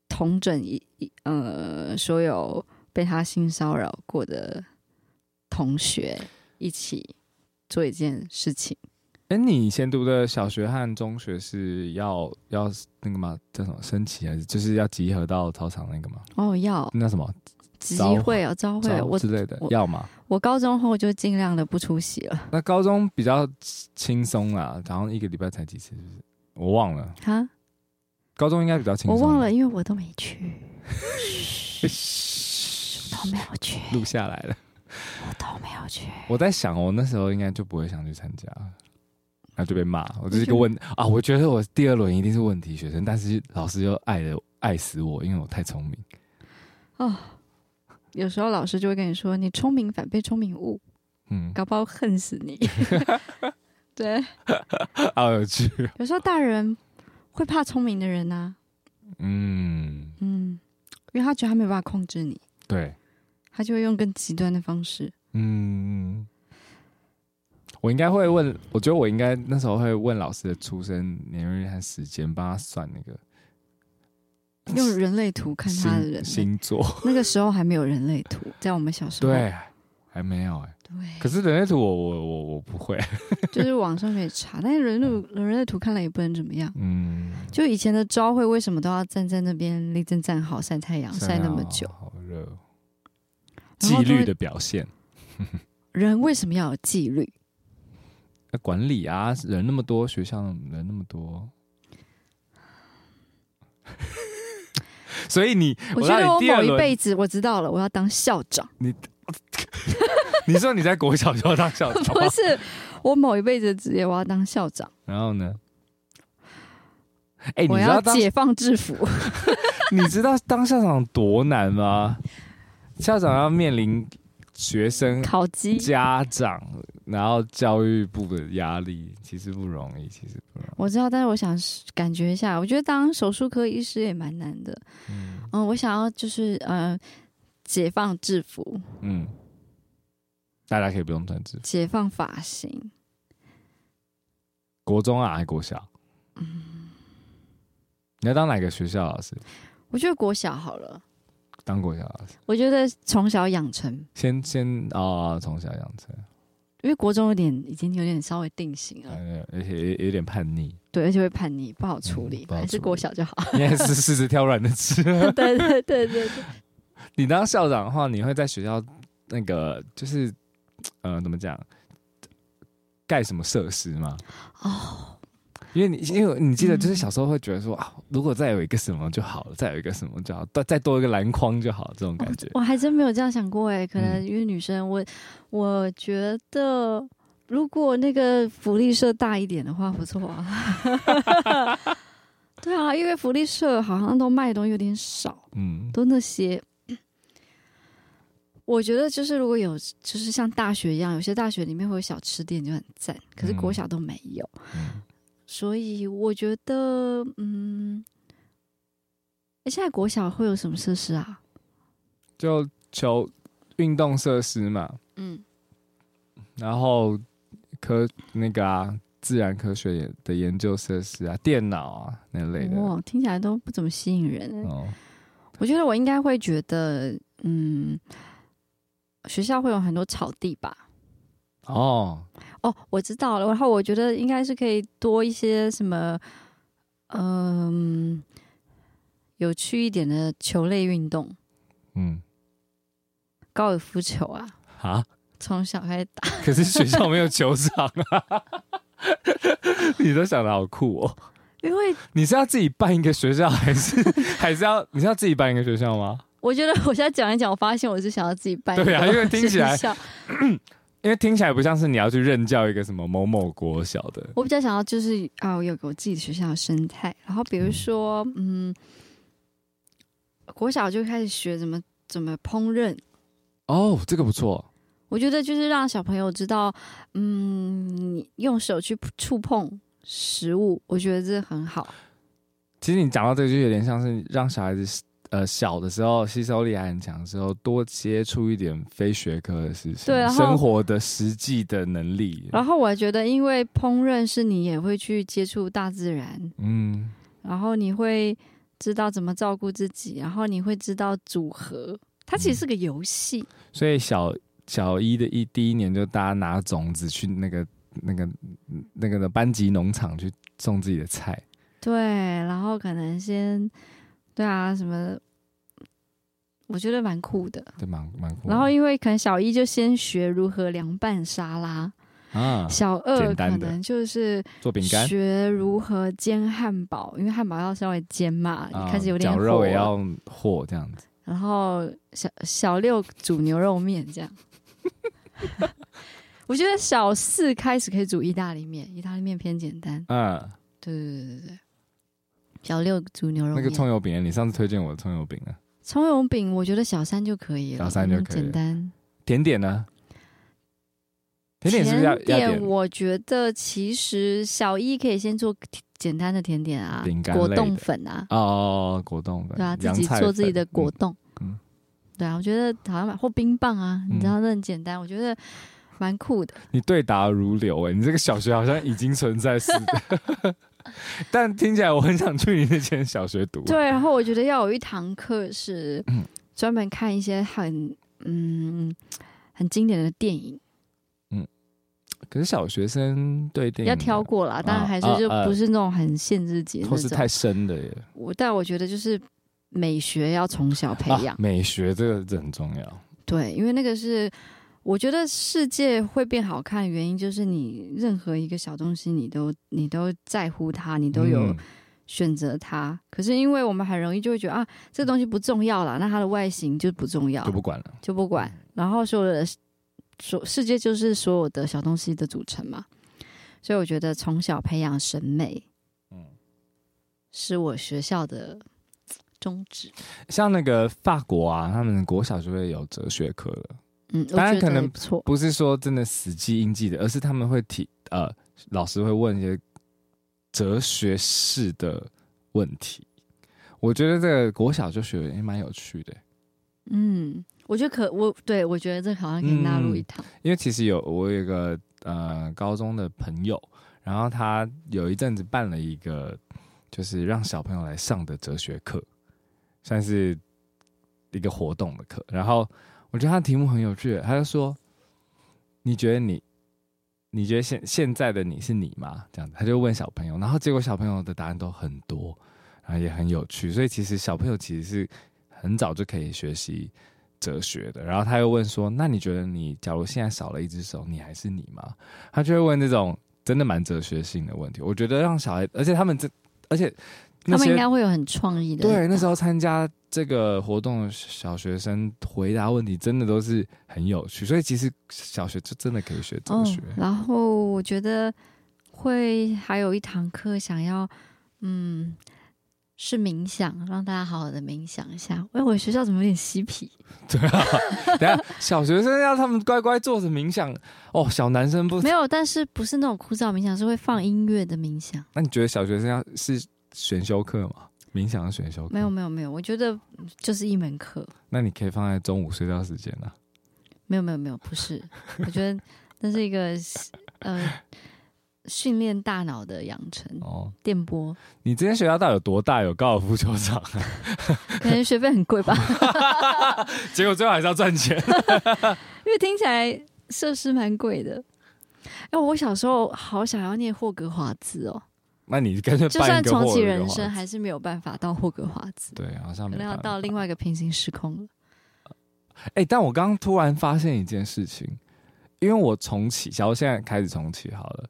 S1: 统整一一呃所有被他性骚扰过的同学一起做一件事情。
S2: 哎、你以前读的小学和中学是要要那个吗？叫什么升旗还是就是要集合到操场那个吗？
S1: 哦，要
S2: 那什么
S1: 集
S2: 招
S1: 会哦，招会哦，
S2: 招
S1: 我
S2: 之类的
S1: 我
S2: 要吗？
S1: 我高中后就尽量的不出席了
S2: 那高中比较轻松啦，然后一个礼拜才几次，是不是？我忘了，
S1: 哈。
S2: 高中应该比较轻松。
S1: 我忘了，因为我都没 (laughs) 去，都没有去，
S2: 录下来了。
S1: 我都没有去。
S2: 我在想，我那时候应该就不会想去参加，然后就被骂。我就是一个问啊，我觉得我第二轮一定是问题学生，但是老师又爱的爱死我，因为我太聪明。
S1: 哦， (laughs) 有时候老师就会跟你说：“你聪明反被聪明误， (laughs)
S2: 嗯，
S1: 搞不好恨死你。” (laughs) 对，
S2: 好有趣。
S1: 有时候大人会怕聪明的人呐、
S2: 嗯，
S1: 嗯，因为他觉得他没办法控制你，
S2: 对，
S1: 他就会用更极端的方式。
S2: 嗯，我应该会问，我觉得我应该那时候会问老师的出生年月日和时间，帮他算那个嗯
S1: 用人类图看他的人类，
S2: 星星座。
S1: 那个时候还没有人类图，在我们小时候，
S2: 对，还没有哎、可
S1: 对，
S2: 是人类图我我我我不会。
S1: (laughs) 就是网上可以查，但是人类图人类图看了也不能怎么样。
S2: 嗯，
S1: 就以前的朝会为什么都要站在那边立正站好晒太阳晒那么久？
S2: 啊好热哦。
S1: 然
S2: 纪
S1: 后都会
S2: 律的表现，
S1: 人为什么要有纪律？
S2: 要管理啊，人那么多，学校人那么多，所以你，
S1: 我觉
S2: 让
S1: 得
S2: 你
S1: 我
S2: 第二
S1: 某一
S2: 轮
S1: 辈子我知道了，我要当校
S2: (laughs)
S1: 长。
S2: 你说你在国小就要当校长吗
S1: 不是我某一辈子的职业，我要当校长，
S2: 然后呢？哎、你
S1: 我
S2: 知道
S1: 要
S2: 当
S1: 解放制服。
S2: 你知道当校长多难吗？校长要面临学生、
S1: 烤鸡
S2: 家长，然后教育部的压力，其实不容易，其实不容易。
S1: 我知道，但是我想感觉一下，我觉得当手术科医师也蛮难的。
S2: 嗯
S1: 嗯，我想要就是呃，解放制服，
S2: 嗯，大家可以不用专制。
S1: 解放发型。
S2: 国中啊，还是国小？
S1: 嗯
S2: 你要当哪个学校老师？
S1: 我觉得国小好了，
S2: 当国小老师，
S1: 我觉得从小养成
S2: 先先哦，从小养成，
S1: 因为国中有点已经有点稍微定型了，
S2: 哎而且有有点叛逆，
S1: 对，而且会叛逆，不好处理
S2: 嗯，不好
S1: 还是
S2: 处
S1: 国
S2: 理
S1: 小就好。 (laughs)
S2: 应该是狮子挑软的吃。
S1: 对
S2: (laughs)
S1: 对对对对，
S2: 你当校长的话，你会在学校那个就是呃，怎么讲，盖什么设施吗？
S1: 哦，
S2: 因为你因为你记得，就是小时候会觉得说、啊，如果再有一个什么就好了，再有一个什么就好，再再多一个篮筐就好，这种感觉。
S1: 哦我还真没有这样想过哎，可能
S2: 嗯
S1: 因为女生，我我觉得如果那个福利社大一点的话，不错啊。 (laughs) 对啊，因为福利社好像都卖的东西有点少，
S2: 嗯，
S1: 都那些。我觉得就是如果有，就是像大学一样，有些大学里面会有小吃店就很赞，可是国
S2: 嗯
S1: 小都没有。
S2: 嗯
S1: 所以我觉得，嗯，诶现在国小会有什么设施啊？
S2: 就求运动设施嘛，
S1: 嗯，
S2: 然后科那个啊，自然科学的研究设施啊，电脑啊那类的。
S1: 哇，听起来都不怎么吸引人。
S2: 哦，
S1: 我觉得我应该会觉得，嗯，学校会有很多草地吧。
S2: 哦，
S1: 哦，我知道了。然后我觉得应该是可以多一些什么，嗯、有趣一点的球类运动，
S2: 嗯，
S1: 高尔夫球啊，
S2: 啊，
S1: 从小开始打。
S2: (laughs)
S1: (laughs)
S2: 可是学校没有球场啊。 (laughs) 你都想的好酷哦！
S1: 因为
S2: 你是要自己办一个学校，还是 (laughs) 还是要你是要自己办一个学校吗？
S1: 我觉得我现在讲一讲，我发现我是想要自己办一个
S2: 对啊因为听起来
S1: 学校
S2: 因为听起来不像是你要去任教一个什么某某国小的，
S1: 我比较想要就是啊，我有个我自己学校的生态，然后比如说，嗯，国小就开始学怎么怎么烹饪，
S2: 哦，这个不错，
S1: 我觉得就是让小朋友知道，嗯，你用手去触碰食物，我觉得这很好。
S2: 其实你讲到这个，就有点像是让小孩子呃小的时候吸收力还很强的时候，多接触一点非学科的事情，
S1: 对然后
S2: 生活的实际的能力。
S1: 然后我还觉得，因为烹饪是你也会去接触大自然，
S2: 嗯，
S1: 然后你会知道怎么照顾自己，然后你会知道组合，它其实是个游戏。
S2: 所以小小一的一第一年就大家拿种子去那个那个那个的班级农场去种自己的菜，
S1: 对，然后可能先，对啊，什么，我觉得蛮酷的。
S2: 对，蛮蛮酷的。
S1: 然后因为可能小一就先学如何凉拌沙拉，
S2: 啊，
S1: 小二
S2: 简单
S1: 可
S2: 的
S1: 能就是
S2: 做饼干，嗯
S1: 学如何煎汉堡，因为汉堡要稍微煎嘛，
S2: 啊
S1: 开始有点
S2: 绞
S1: 火
S2: 肉也
S1: 了
S2: 要和这样子。
S1: 然后小小六煮牛肉面这
S2: (laughs)
S1: 样。 (laughs) 我觉得小四开始可以煮意大利面，意大利面偏简单。
S2: 嗯，
S1: 对对对对对，小六煮牛肉
S2: 那
S1: 面，
S2: 个葱油饼，你上次推荐我的葱油饼啊，
S1: 葱油饼，我觉得小三就可以了，
S2: 小三就
S1: 嗯
S2: 可以
S1: 简单。
S2: 甜点呢？甜点是不是要
S1: 甜
S2: 要
S1: 点我觉得其实小一可以先做简单的甜点啊
S2: 饼，干类
S1: 果
S2: 的
S1: 冻粉啊，
S2: 哦，果冻粉，
S1: 对啊，自
S2: 洋
S1: 己
S2: 菜
S1: 做自己的
S2: 粉
S1: 果，冻。
S2: 嗯
S1: 对啊，我觉得好像蛮或冰棒啊，你知道那很简单，我觉得蛮酷的。
S2: 嗯你对答如流哎、你这个小学好像已经存在似的，
S1: (laughs)
S2: 但听起来我很想去你那间小学读。啊
S1: 对，然后我觉得要有一堂课是
S2: 嗯
S1: 专门看一些很嗯很经典的电影，
S2: 可是小学生对电影
S1: 要挑过啦，当然还是
S2: 啊
S1: 就
S2: 啊
S1: 不是那种很限制级的那
S2: 或是
S1: 种。
S2: 太深的耶，
S1: 我但我觉得就是美学要从小培养
S2: 啊，美学这个这很重要。
S1: 对，因为那个是我觉得世界会变好看的原因，就是你任何一个小东西，你都你都在乎它，你都有
S2: 嗯
S1: 选择它。可是因为我们很容易就会觉得啊，这东西不重要啦，那它的外形就不重要，
S2: 就不管嗯了，
S1: 就不管。然后所有的所世界就是所有的小东西的组成嘛，所以我觉得从小培养审美
S2: 嗯。
S1: 是我学校的嘖宗旨。
S2: 像那个法国啊，他们国小就会有哲学课了，
S1: 嗯，我
S2: 当然
S1: 觉得
S2: 可能
S1: 也不错。
S2: 不是说真的死记硬记的，而是他们会提呃，老师会问一些哲学式的问题。我觉得这个国小就学也蛮有趣的，
S1: 嗯，我觉得可我对我觉得这好像可
S2: 嗯
S1: 以纳入一堂。
S2: 因为其实有我有一个呃高中的朋友，然后他有一阵子办了一个就是让小朋友来上的哲学课，算是一个活动的课。然后我觉得他的题目很有趣，他就说：“你觉得你，你觉得现现在的你是你吗？”这样子，他就问小朋友，然后结果小朋友的答案都很多，然后也很有趣。所以其实小朋友其实是很早就可以学习哲学的。然后他又问说：“那你觉得你假如现在少了一只手，你还是你吗？”他就会问这种真的蛮哲学性的问题。我觉得让小孩，而且他们这，而且那
S1: 他们
S2: 些
S1: 应该会有很创意的。嗯
S2: 对，那时候参加这个活动的小学生回答问题，真的都是很有趣。所以其实小学就真的可以学哲
S1: 哦
S2: 学。， (laughs)
S1: 然后我觉得会还有一堂课想要，嗯，是冥想，让大家好好的冥想一下。哎，我学校怎么有点嬉皮？
S2: 对啊，等一下小学生要他们乖乖坐着冥想哦，小男生不
S1: 没。有，但是不是那种枯燥冥想，是会放音乐的冥想。
S2: 那你觉得小学生要是选修课吗？冥想的选修课
S1: 没有，？没有，没有，我觉得就是一门课。
S2: 那你可以放在中午睡觉时间啊。
S1: 没有，没有，没有，不是。我觉得那是一个 (laughs) 呃训练大脑的养成
S2: 哦，
S1: 电波。
S2: 你之前学校到底有多大？有高尔夫球场、啊， (laughs)
S1: 可能学费很贵吧，
S2: 结果最后还是要赚钱。 (laughs)
S1: 因为听起来设施蛮贵的。哎，我小时候好想要念霍格华兹哦，
S2: 那你干脆
S1: 就
S2: 办
S1: 算
S2: 一个
S1: 重
S2: 霍
S1: 启
S2: 尔
S1: 人
S2: 的话
S1: 生，还是没有办法到霍格华兹，
S2: 对，好像
S1: 可
S2: 没
S1: 能要
S2: 办法
S1: 到另外一个平行时空了。
S2: 哎、但我刚刚突然发现一件事情，因为我重启，假如现在开始重启好了，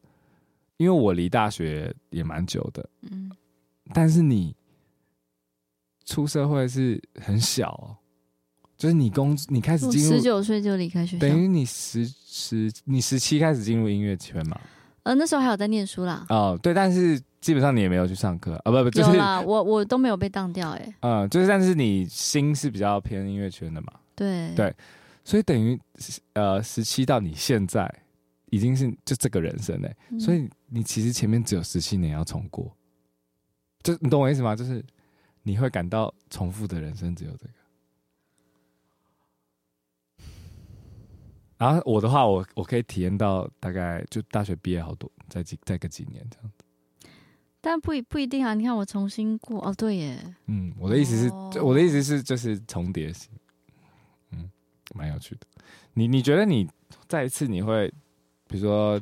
S2: 因为我离大学也蛮久的，
S1: 嗯，
S2: 但是你出社会是很小、哦，就是你工你开始
S1: 我
S2: 进
S1: 十
S2: 入，
S1: 九岁就离开学校，
S2: 等于你十十你十七开始进入音乐圈嘛？
S1: 呃，那时候还有在念书啦，
S2: 哦，对，但是基本上你也没有去上课啊，不不，就是
S1: 有啦，我我都没有被当掉、哎，
S2: 嗯，就是但是你心是比较偏音乐圈的嘛，
S1: 对
S2: 对所以等于呃十七到你现在已经是就这个人生嘞、
S1: 嗯
S2: 所以你其实前面只有十七年要重过，就你懂我意思吗？就是你会感到重复的人生只有这个。然后我的话，我我可以体验到大概就大学毕业好多，再几再个几年这样。
S1: 但不一不一定啊，你看我重新过，哦，对耶，
S2: 嗯，我的意思是，
S1: 哦
S2: 就我的意思是，就是重叠性，嗯，蛮有趣的。你你觉得你再一次你会，比如说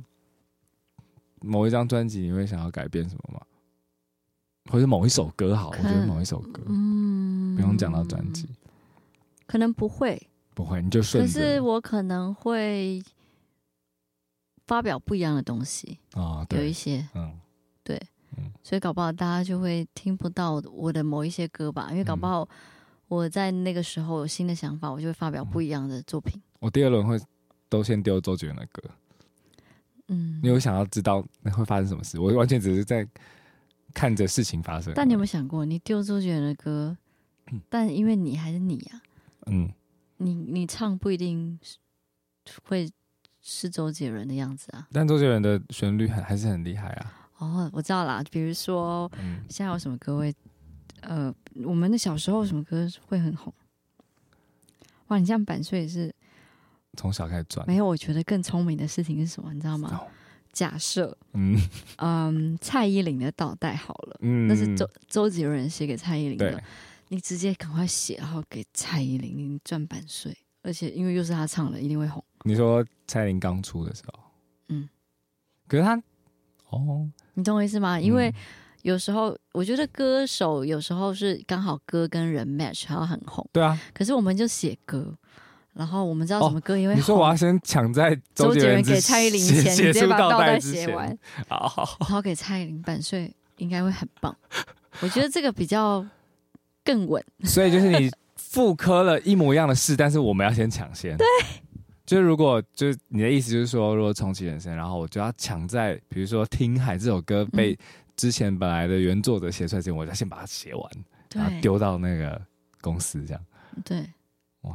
S2: 某一张专辑，你会想要改变什么吗？或者某一首歌好，我觉得
S1: 看
S2: 某一首歌、
S1: 嗯，
S2: 不用讲到专辑，，
S1: 可能不会，
S2: 不会，你就顺
S1: 可
S2: 着
S1: 是我可能会发表不一样的东西，
S2: 啊、
S1: 有一
S2: 对，
S1: 些，
S2: 嗯，
S1: 所以搞不好大家就会听不到我的某一些歌吧，因为搞不
S2: 嗯
S1: 好我在那个时候有新的想法，我就会发表
S2: 嗯
S1: 不一样的作品。
S2: 我第二轮会都先丢周杰伦的歌，
S1: 嗯，
S2: 因为我想要知道那会发生什么事，我完全只是在看着事情发生。
S1: 但你有没有想过，你丢周杰伦的歌，
S2: 嗯
S1: 但因为你还是你呀、
S2: 嗯，
S1: 你你唱不一定是会是周杰伦的样子啊。
S2: 但周杰伦的旋律很还是很厉害啊，
S1: 哦，我知道啦，比如说
S2: 嗯。
S1: 现在有什么歌会，呃，我们的小时候有什么歌会很红？哇，你这样版税也是
S2: 从小开始转。哦
S1: 没有？我觉得更聪明的事情是什么？你知道吗？假设，
S2: 嗯
S1: 嗯，蔡依林的倒带好了，
S2: 嗯，
S1: 那是周周杰伦写给蔡依林的
S2: 对，，
S1: 你直接赶快写，然后给蔡依林，你赚版税，而且因为又是她唱的，一定会红。
S2: 你说蔡依林刚出的时候，
S1: 嗯，
S2: 可是她哦，
S1: 你懂我意思吗？因为
S2: 嗯
S1: 有时候我觉得歌手有时候是刚好歌跟人 match，然后很红，
S2: 对啊，
S1: 可是我们就写歌，然后我们知道什么歌因为
S2: 哦你说
S1: 红，
S2: 我要先抢在
S1: 周杰
S2: 杰
S1: 伦
S2: 伦
S1: 给
S2: 之
S1: 蔡依林
S2: 写
S1: 前，你直
S2: 写
S1: 接
S2: 出
S1: 把
S2: 倒
S1: 倒带
S2: 之
S1: 写
S2: (laughs) 前
S1: 完，，
S2: 好好好
S1: 然后给蔡依林版税，应该会很棒。我觉得这个比较更稳。
S2: 所以就是你复刻了一模一样的事，但是我们要先抢先，对。就是如果就是你的意思，就是说，如果重启人生，然后我就要抢在，比如说《听海》这首歌被之前本来的原作者写出来之前，我就要先把它写完，然后
S1: 对
S2: 丢到那个公司这样。
S1: 对，
S2: 那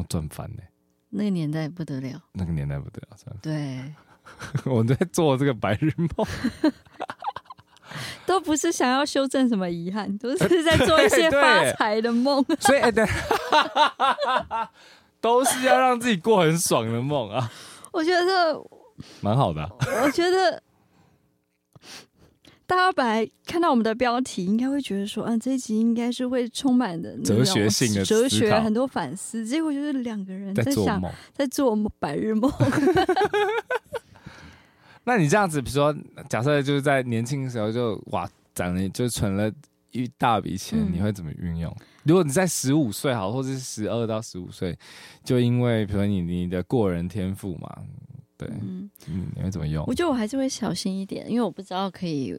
S2: 我赚翻呢，
S1: 那个年代不得了。
S2: 那个年代不得了，赚
S1: (laughs) 对，
S2: 翻。我在做这个白日梦，
S1: 都不是想要修正什么遗憾，都是在做一些
S2: 呃对对
S1: 发财的梦。
S2: 所以哎，对， (laughs) 都是要让自己过很爽的梦啊，
S1: (laughs) 我觉得，
S2: 蛮好的啊、
S1: 我觉得，大家本来看到我们的标题，应该会觉得说，嗯、这一集应该是会充满的那种
S2: 哲学性的
S1: 哲
S2: 思
S1: 学，
S2: 考
S1: 很多反思。结果就是两个人
S2: 在做
S1: 想，
S2: 梦。
S1: 在做白日梦。
S2: 那你这样子，比如说，假设就是在年轻的时候就哇攒了，就存了一大笔钱，
S1: 嗯
S2: 你会怎么运用？如果你在十五岁好，或者是十二到十五岁，就因为比如说你你的过人天赋嘛，对，
S1: 嗯，
S2: 你你会怎么用
S1: 我？觉得我还是会小心一点，因为我不知道可以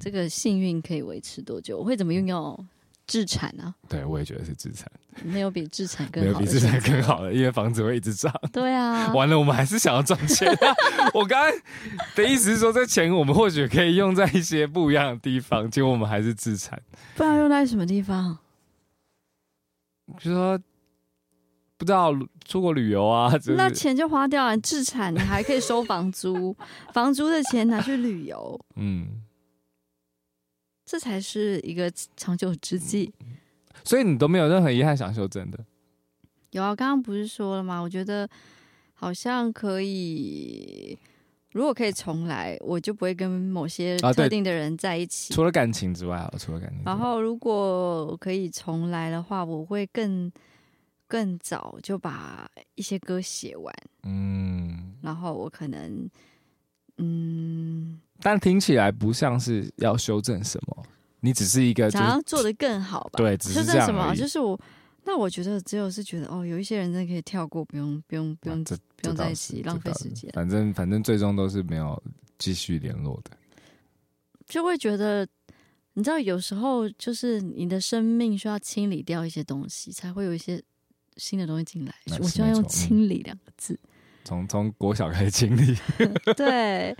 S1: 这个幸运可以维持多久，我会怎么运用制产啊？
S2: 对我也觉得是资产，
S1: 没有比制产
S2: 没
S1: 更
S2: 有
S1: 好
S2: 比
S1: 的
S2: 资
S1: 选择，
S2: 产更好的，因为房子会一直涨。
S1: 对啊，
S2: 完了，我们还是想要赚钱。
S1: (laughs)
S2: 啊我刚才的意思是说，这钱我们或许可以用在一些不一样的地方，结果我们还是自产。
S1: 不然用在什么地方？
S2: 比如说，不知道出国旅游啊，就
S1: 那
S2: 是
S1: 钱就花掉了，你自产你还可以收房租，房租的钱拿去旅游，
S2: 嗯，
S1: 这才是一个长久之计。
S2: 所以你都没有任何遗憾想修正的。
S1: 有啊，刚刚不是说了吗？我觉得好像可以，如果可以重来，我就不会跟某些
S2: 啊对
S1: 特定的人在一起。
S2: 除了感情之外，好，啊除了感情之外，
S1: 然后，如果可以重来的话，我会更更早就把一些歌写完，
S2: 嗯，
S1: 然后我可能嗯。
S2: 但听起来不像是要修正什么，你只是一个呃就
S1: 想
S2: 是
S1: 要做的更好吧？
S2: 对只是
S1: 修
S2: 这
S1: 正
S2: 样
S1: 什么？啊
S2: 而已
S1: 就是我，那我觉得只有是觉得哦，有一些人真的可以跳过，不用不用不
S2: 啊
S1: 用
S2: 这
S1: 不用
S2: 这倒
S1: 在一
S2: 是
S1: 起
S2: 这
S1: 浪费
S2: 倒
S1: 时
S2: 是
S1: 间，
S2: 反正反正最终都是没有继续联络的。
S1: 就会觉得，你知道，有时候就是你的生命需要清理掉一些东西，才会有一些新的东西进来
S2: 没，错
S1: 我希望用“
S2: 没错嗯
S1: 清理”两个字。 (laughs)
S2: 从从国小开始经历， (laughs)
S1: 对，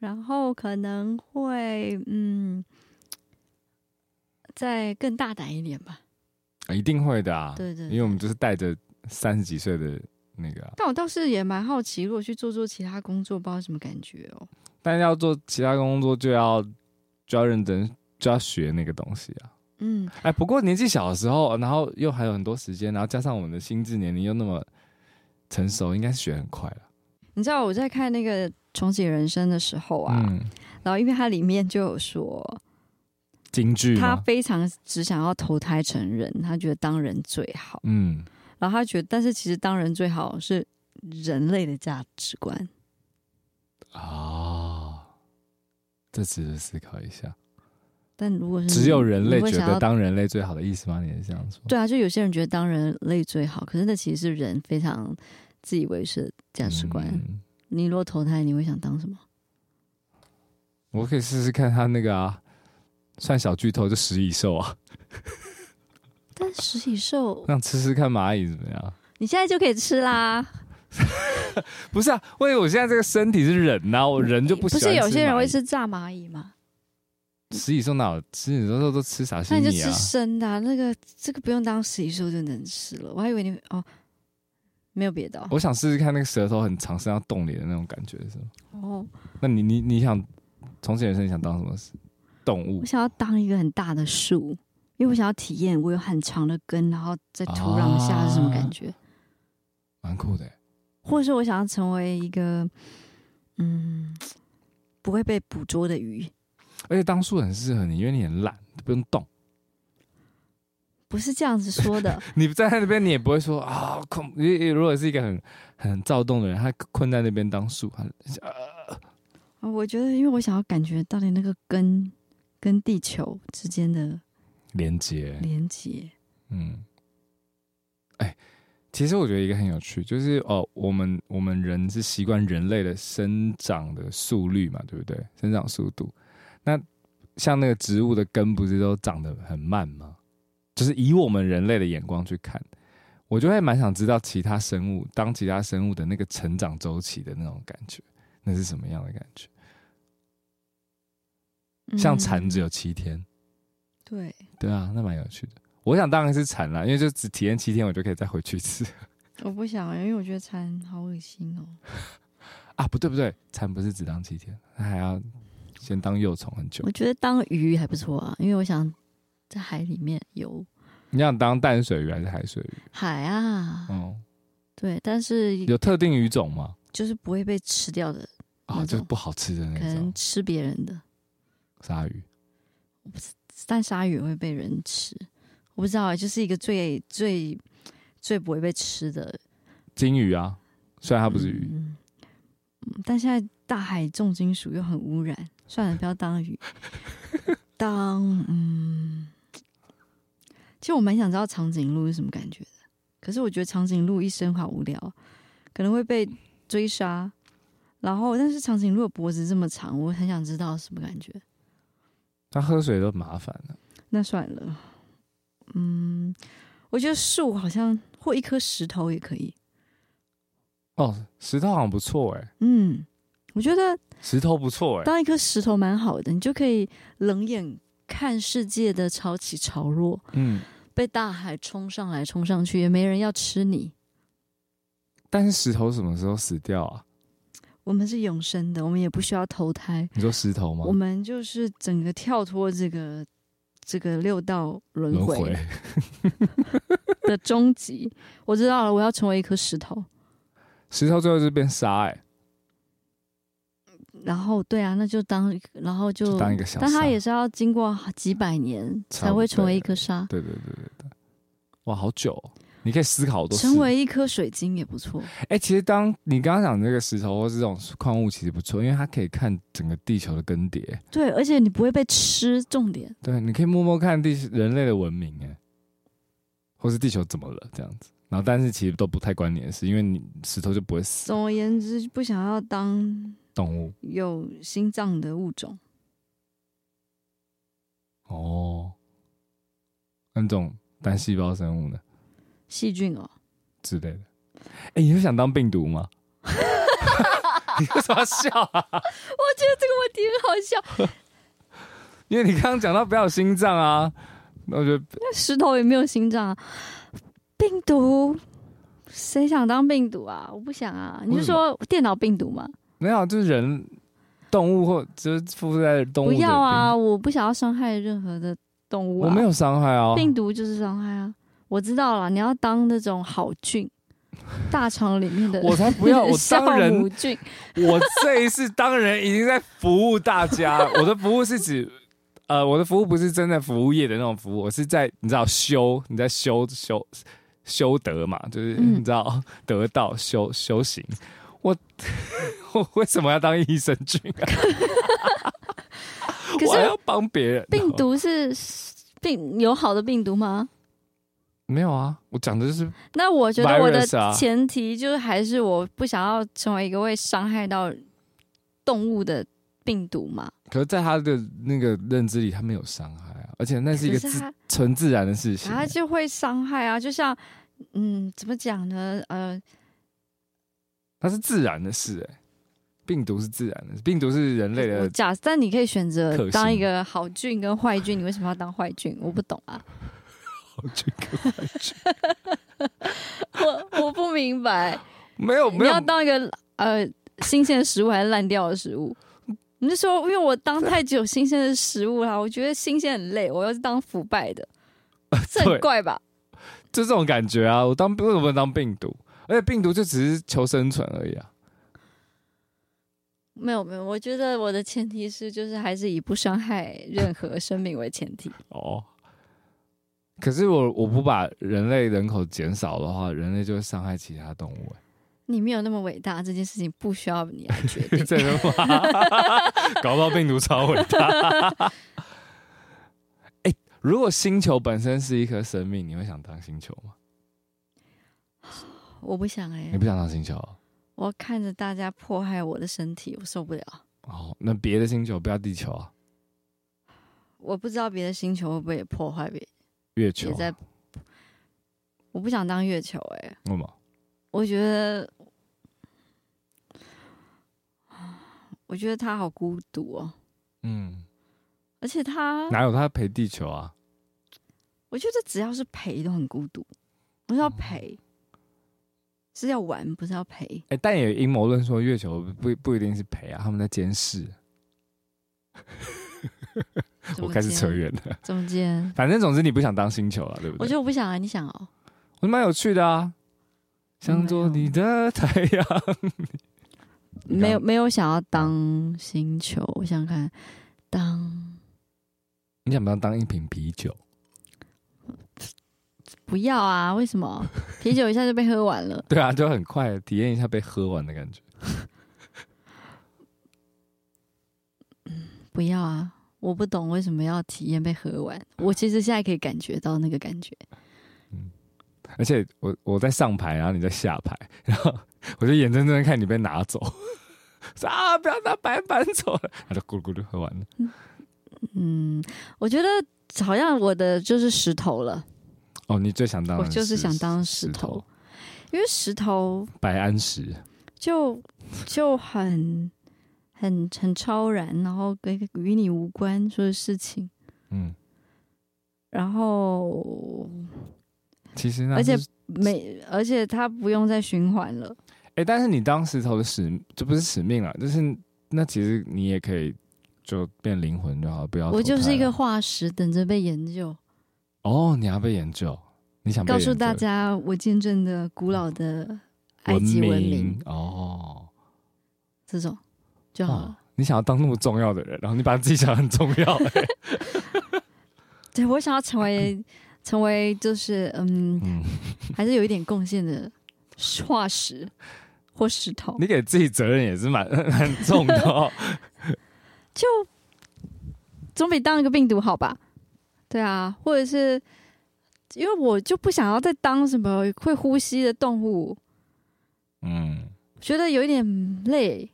S1: 然后可能会嗯，再更大胆一点吧。
S2: 一定会的啊。
S1: 对对
S2: 因为我们就是带着三十几岁的那个啊、
S1: 但我倒是也蛮好奇，如果去做做其他工作，不知道什么感觉哦。
S2: 但要做其他工作就要就要认真，就要学那个东西啊。
S1: 嗯，
S2: 哎，不过年纪小的时候，然后又还有很多时间，然后加上我们的心智年龄又那么成熟，应该是学很快了。
S1: 你知道我在看那个《重启人生》的时候啊，
S2: 嗯，
S1: 然后因为它里面就有说，
S2: 京剧
S1: 他
S2: 吗？
S1: 非常只想要投胎成人，他觉得当人最好，
S2: 嗯，
S1: 然后他觉得，但是其实当人最好是人类的价值观。
S2: 哦，这值得思考一下。
S1: 但如果是
S2: 只有人
S1: 嗯
S2: 类
S1: 你会
S2: 觉
S1: 想
S2: 得
S1: 要
S2: 当人类最好的意思吗？你是这样说？
S1: 对啊，就有些人觉得当人类最好，可是那其实是人非常自以为是的价值观。
S2: 嗯
S1: 你如果投胎，你会想当什么？
S2: 我可以试试看他那个啊，算小巨头就食蚁兽啊， (laughs)
S1: 但食蚁兽，
S2: 让吃吃看蚂蚁怎么样？
S1: 你现在就可以吃啦。
S2: 不是啊，因为我现在这个身体是人呐、我人就不喜
S1: 不
S2: 欢
S1: 是有些人
S2: 蚂
S1: 会
S2: 蚁
S1: 吃炸蚂蚁吗？
S2: 食蚁兽哪有食蚁兽都吃啥西
S1: 那你就
S2: 米啊
S1: 吃？生的啊、那个这个不用当食蚁兽就能吃了。我还以为你哦，没有别的哦。
S2: 我想试试看那个舌头很长伸到洞里的那种感觉是吗？
S1: 哦，
S2: 那你你你想从前人生你想当什么动物
S1: 我？想要当一个很大的树，因为我想要体验我有很长的根，然后在土壤下是什么
S2: 啊
S1: 感觉，
S2: 蛮酷的欸、
S1: 或者是我想要成为一个嗯不会被捕捉的鱼，
S2: 而且当树很适合你，因为你很懒，不用动。
S1: 不是这样子说的。
S2: (laughs) 你站在那边，你也不会说啊困。因为如果是一个很很躁动的人，他困在那边当树，他
S1: 啊我觉得，因为我想要感觉到底那个根跟地球之间的
S2: 连接。
S1: 连接。
S2: 嗯，哎，其实我觉得一个很有趣，就是哦，我们我们人是习惯人类的生长的速率嘛，对不对？生长速度。那像那个植物的根不是都长得很慢吗？就是以我们人类的眼光去看，我就会蛮想知道其他生物当其他生物的那个成长周期的那种感觉，那是什么样的感觉？
S1: 嗯
S2: 像蝉只有七天，
S1: 对，
S2: 对啊，那蛮有趣的。我想当然是蝉啦，因为就只体验七天，我就可以再回去一次。
S1: 我不想，啊因为我觉得蝉好恶心哦。
S2: 啊，不对不对，蝉不是只当七天，它还要先当幼虫很久
S1: 嗯我。觉得当鱼还不错啊，因为我想在海里面游
S2: 你想当淡水鱼还是海水鱼？
S1: 海啊，
S2: 哦，
S1: 对，但是
S2: 有特定鱼种吗？
S1: 就是不会被吃掉的，那
S2: 啊、
S1: 种
S2: 就是不好吃的那
S1: 可能
S2: 种
S1: 吃别人的，
S2: 鲨鱼。
S1: 但鲨鱼也会被人吃，我不知道啊，就是一个最最最不会被吃的，
S2: 金鱼啊，虽然它不是鱼，
S1: 嗯，嗯但现在大海重金属又很污染，算了，不要当鱼， (laughs) 当嗯，其实我蛮想知道长颈鹿是什么感觉的，可是我觉得长颈鹿一生好无聊，可能会被追杀，然后但是长颈鹿的脖子这么长，我很想知道什么感觉。
S2: 它喝水都麻烦了。
S1: 那算了，嗯，我觉得树好像或一颗石头也可以，
S2: 哦，石头好像不错哎、
S1: 嗯，我觉得
S2: 石头不错哎、
S1: 当一颗石头蛮好的，你就可以冷眼看世界的潮起潮落，
S2: 嗯，
S1: 被大海冲上来冲上去，也没人要吃你。
S2: 但是石头什么时候死掉啊？
S1: 我们是永生的，我们也不需要投胎，
S2: 你说石头吗
S1: 我？们就是整个跳脱这个这个六道轮
S2: 轮回
S1: 回的终极。我知道了，我要成为一颗石头。
S2: 石头最后就是变沙哎、
S1: 然后对啊，那就当然后就
S2: 就当一个小
S1: 但它
S2: 沙
S1: 也是要经过几百年
S2: 差不
S1: 才
S2: 多
S1: 会成为一颗沙，
S2: 对对对对对，哇，好久、哦，你可以思考好多事。
S1: 成为一颗水晶也不错。
S2: 哎、其实当你刚刚讲这个石头或是这种矿物，其实不错，因为它可以看整个地球的更迭。
S1: 对，而且你不会被吃，重点。
S2: 对，你可以摸摸看地人类的文明，哎，或是地球怎么了这样子。然后，但是其实都不太关联的事，因为你石头就不会死。
S1: 总而言之，不想要当
S2: 动物
S1: 有心脏的物种。
S2: 哦，那种单细胞生物呢？
S1: 细菌哦，
S2: 之类的。哎、你是想当病毒吗？ (laughs) 你为什么要笑啊？
S1: 我觉得这个问题很好笑。
S2: 因为你刚刚讲到不要有心脏啊，那我觉得
S1: 石头也没有心脏啊，病毒，谁想当病毒啊？我不想啊。你
S2: 为
S1: 是
S2: 什么
S1: 说电脑病毒吗？
S2: 没有，就是人、动物或就是附在动物
S1: 不
S2: 的
S1: 要啊，我不想要伤害任何的动物、
S2: 病，
S1: 啊。
S2: 我没有伤害啊。
S1: 病毒就是伤害啊。我知道了，你要当那种好
S2: (laughs)
S1: 菌，大肠里面的
S2: 我才
S1: (laughs)
S2: 不要我当
S1: 酵母
S2: 人，
S1: 菌。
S2: 我这一次当人已经在服务大家。我的服务是指，呃，我的服务不是真的服务业的那种服务，我是在你知道修，你在修修修德嘛，就是、
S1: 嗯
S2: 你知道得道修修行。我 (laughs) 我为什么要当益生菌啊？
S1: 可
S2: 我还
S1: 是
S2: 要帮别人哦
S1: 病毒是病有好的病毒吗？
S2: 没有啊，我讲的就是
S1: 那我觉得我的
S2: Virus 啊
S1: 前提就是还是我不想要成为一个会伤害到动物的病毒嘛。
S2: 可是在他的那个认知里，他没有伤害啊，而且那是一个
S1: 可是啊
S2: 自
S1: 它
S2: 纯自然的事情。
S1: 它就会伤害啊，就像嗯，怎么讲呢？呃，
S2: 它是自然的事、哎，病毒是自然的，病毒是人类
S1: 我
S2: 的。
S1: 假但你可以选
S2: 克
S1: 择
S2: 星
S1: 当一个好菌跟坏菌，你为什么要当坏菌？我不懂啊，我我不明白。
S2: (laughs) 没有
S1: 你
S2: 没有
S1: 要，当一个呃新鲜的食物还是烂掉的食物？你是说，因为我当太久新鲜的食物啦，我觉得新鲜很累，我要是当腐败的，这很
S2: 呃对
S1: 怪吧？
S2: 就这种感觉啊！我当为什么不能当病毒？而且病毒就只是求生存而已啊！
S1: 没有没有，我觉得我的前提是，就是还是以不伤害任何生命为前提。 (laughs)
S2: 哦，可是我我不把人类人口减少的话，人类就会伤害其他动物、哎
S1: 你没有那么伟大，这件事情不需要你来决
S2: (laughs)
S1: 定。
S2: 真的吗？搞到病毒超伟大。哎、如果星球本身是一颗生命，你会想当星球吗？
S1: 我不想哎、
S2: 你不想当星球哦？
S1: 我看着大家迫害我的身体，我受不了。
S2: 哦，那别的星球不要地球啊，
S1: 我不知道别的星球会不会也破坏别，
S2: 月球
S1: 也
S2: 啊、
S1: 在。我不想当月球哎、
S2: 为什么？
S1: 我觉得，我觉得他好孤独哦，
S2: 嗯，
S1: 而且他，
S2: 哪有他陪地球啊？
S1: 我觉得只要是陪都很孤独。我是
S2: 嗯
S1: 要陪，是要玩，不是要陪。
S2: 哎、但也有阴谋论说月球不不一定是陪啊，他们在监视。
S1: 怎
S2: 我
S1: 么
S2: 开始
S1: 接
S2: 扯，远了，
S1: 怎么接？
S2: 反正总之你不想当星球了，对不
S1: 我
S2: 对？
S1: 觉得我不想啊，你想哦。
S2: 我觉得蛮有趣的啊，想做你的太阳。 (laughs) 你刚
S1: 没有没有想要当星球，我想想看，当
S2: 你想不想当一瓶啤酒？
S1: 不要啊？为什
S2: (laughs)
S1: 么？啤酒一下就被喝完了，
S2: 对啊，就很快体验一下被喝完的感觉。
S1: 不要啊！我不懂为什么要体验被喝完。
S2: 嗯
S1: 我其实现在可以感觉到那个感觉，
S2: 而且我我在上排，然后你在下排，然后我就眼睁睁地看你被拿走， (laughs) 说啊不要拿白板走了， (laughs) 他就咕噜咕噜喝完了。
S1: 嗯，我觉得好像我的就是石头了，
S2: 哦，你最想当的
S1: 我就是想当石
S2: 石
S1: 头，因为石头
S2: 白安石，
S1: 就就很很很超然，然后跟与你无关说的事情，
S2: 嗯，
S1: 然后
S2: 其实那
S1: 而且
S2: 是
S1: 没，而且它不用再循环了。
S2: 哎、但是你当石头的使，这不是使命啊，就是那其实你也可以就变灵魂就好，不要
S1: 我
S2: 投
S1: 就是
S2: 胎
S1: 一个
S2: 了
S1: 化石，等着被研究。
S2: 哦，你要被研究，你想被
S1: 告诉
S2: 研究
S1: 大家，我见证的古老的埃及文明
S2: 哦。
S1: 这种就好
S2: 哦
S1: 了。， (laughs)
S2: 你想要当那么重要的人，然后你把自己想得很重要、欸
S1: 对我想要成为成为就是嗯，
S2: 嗯，
S1: 还是有一点贡献的化石或石头。
S2: 你给自己责任也是蛮 (laughs) 蛮重的、哦。
S1: 就总比当一个病毒好吧？对啊，或者是因为我就不想要再当什么会呼吸的动物，
S2: 嗯，
S1: 觉得有一点累。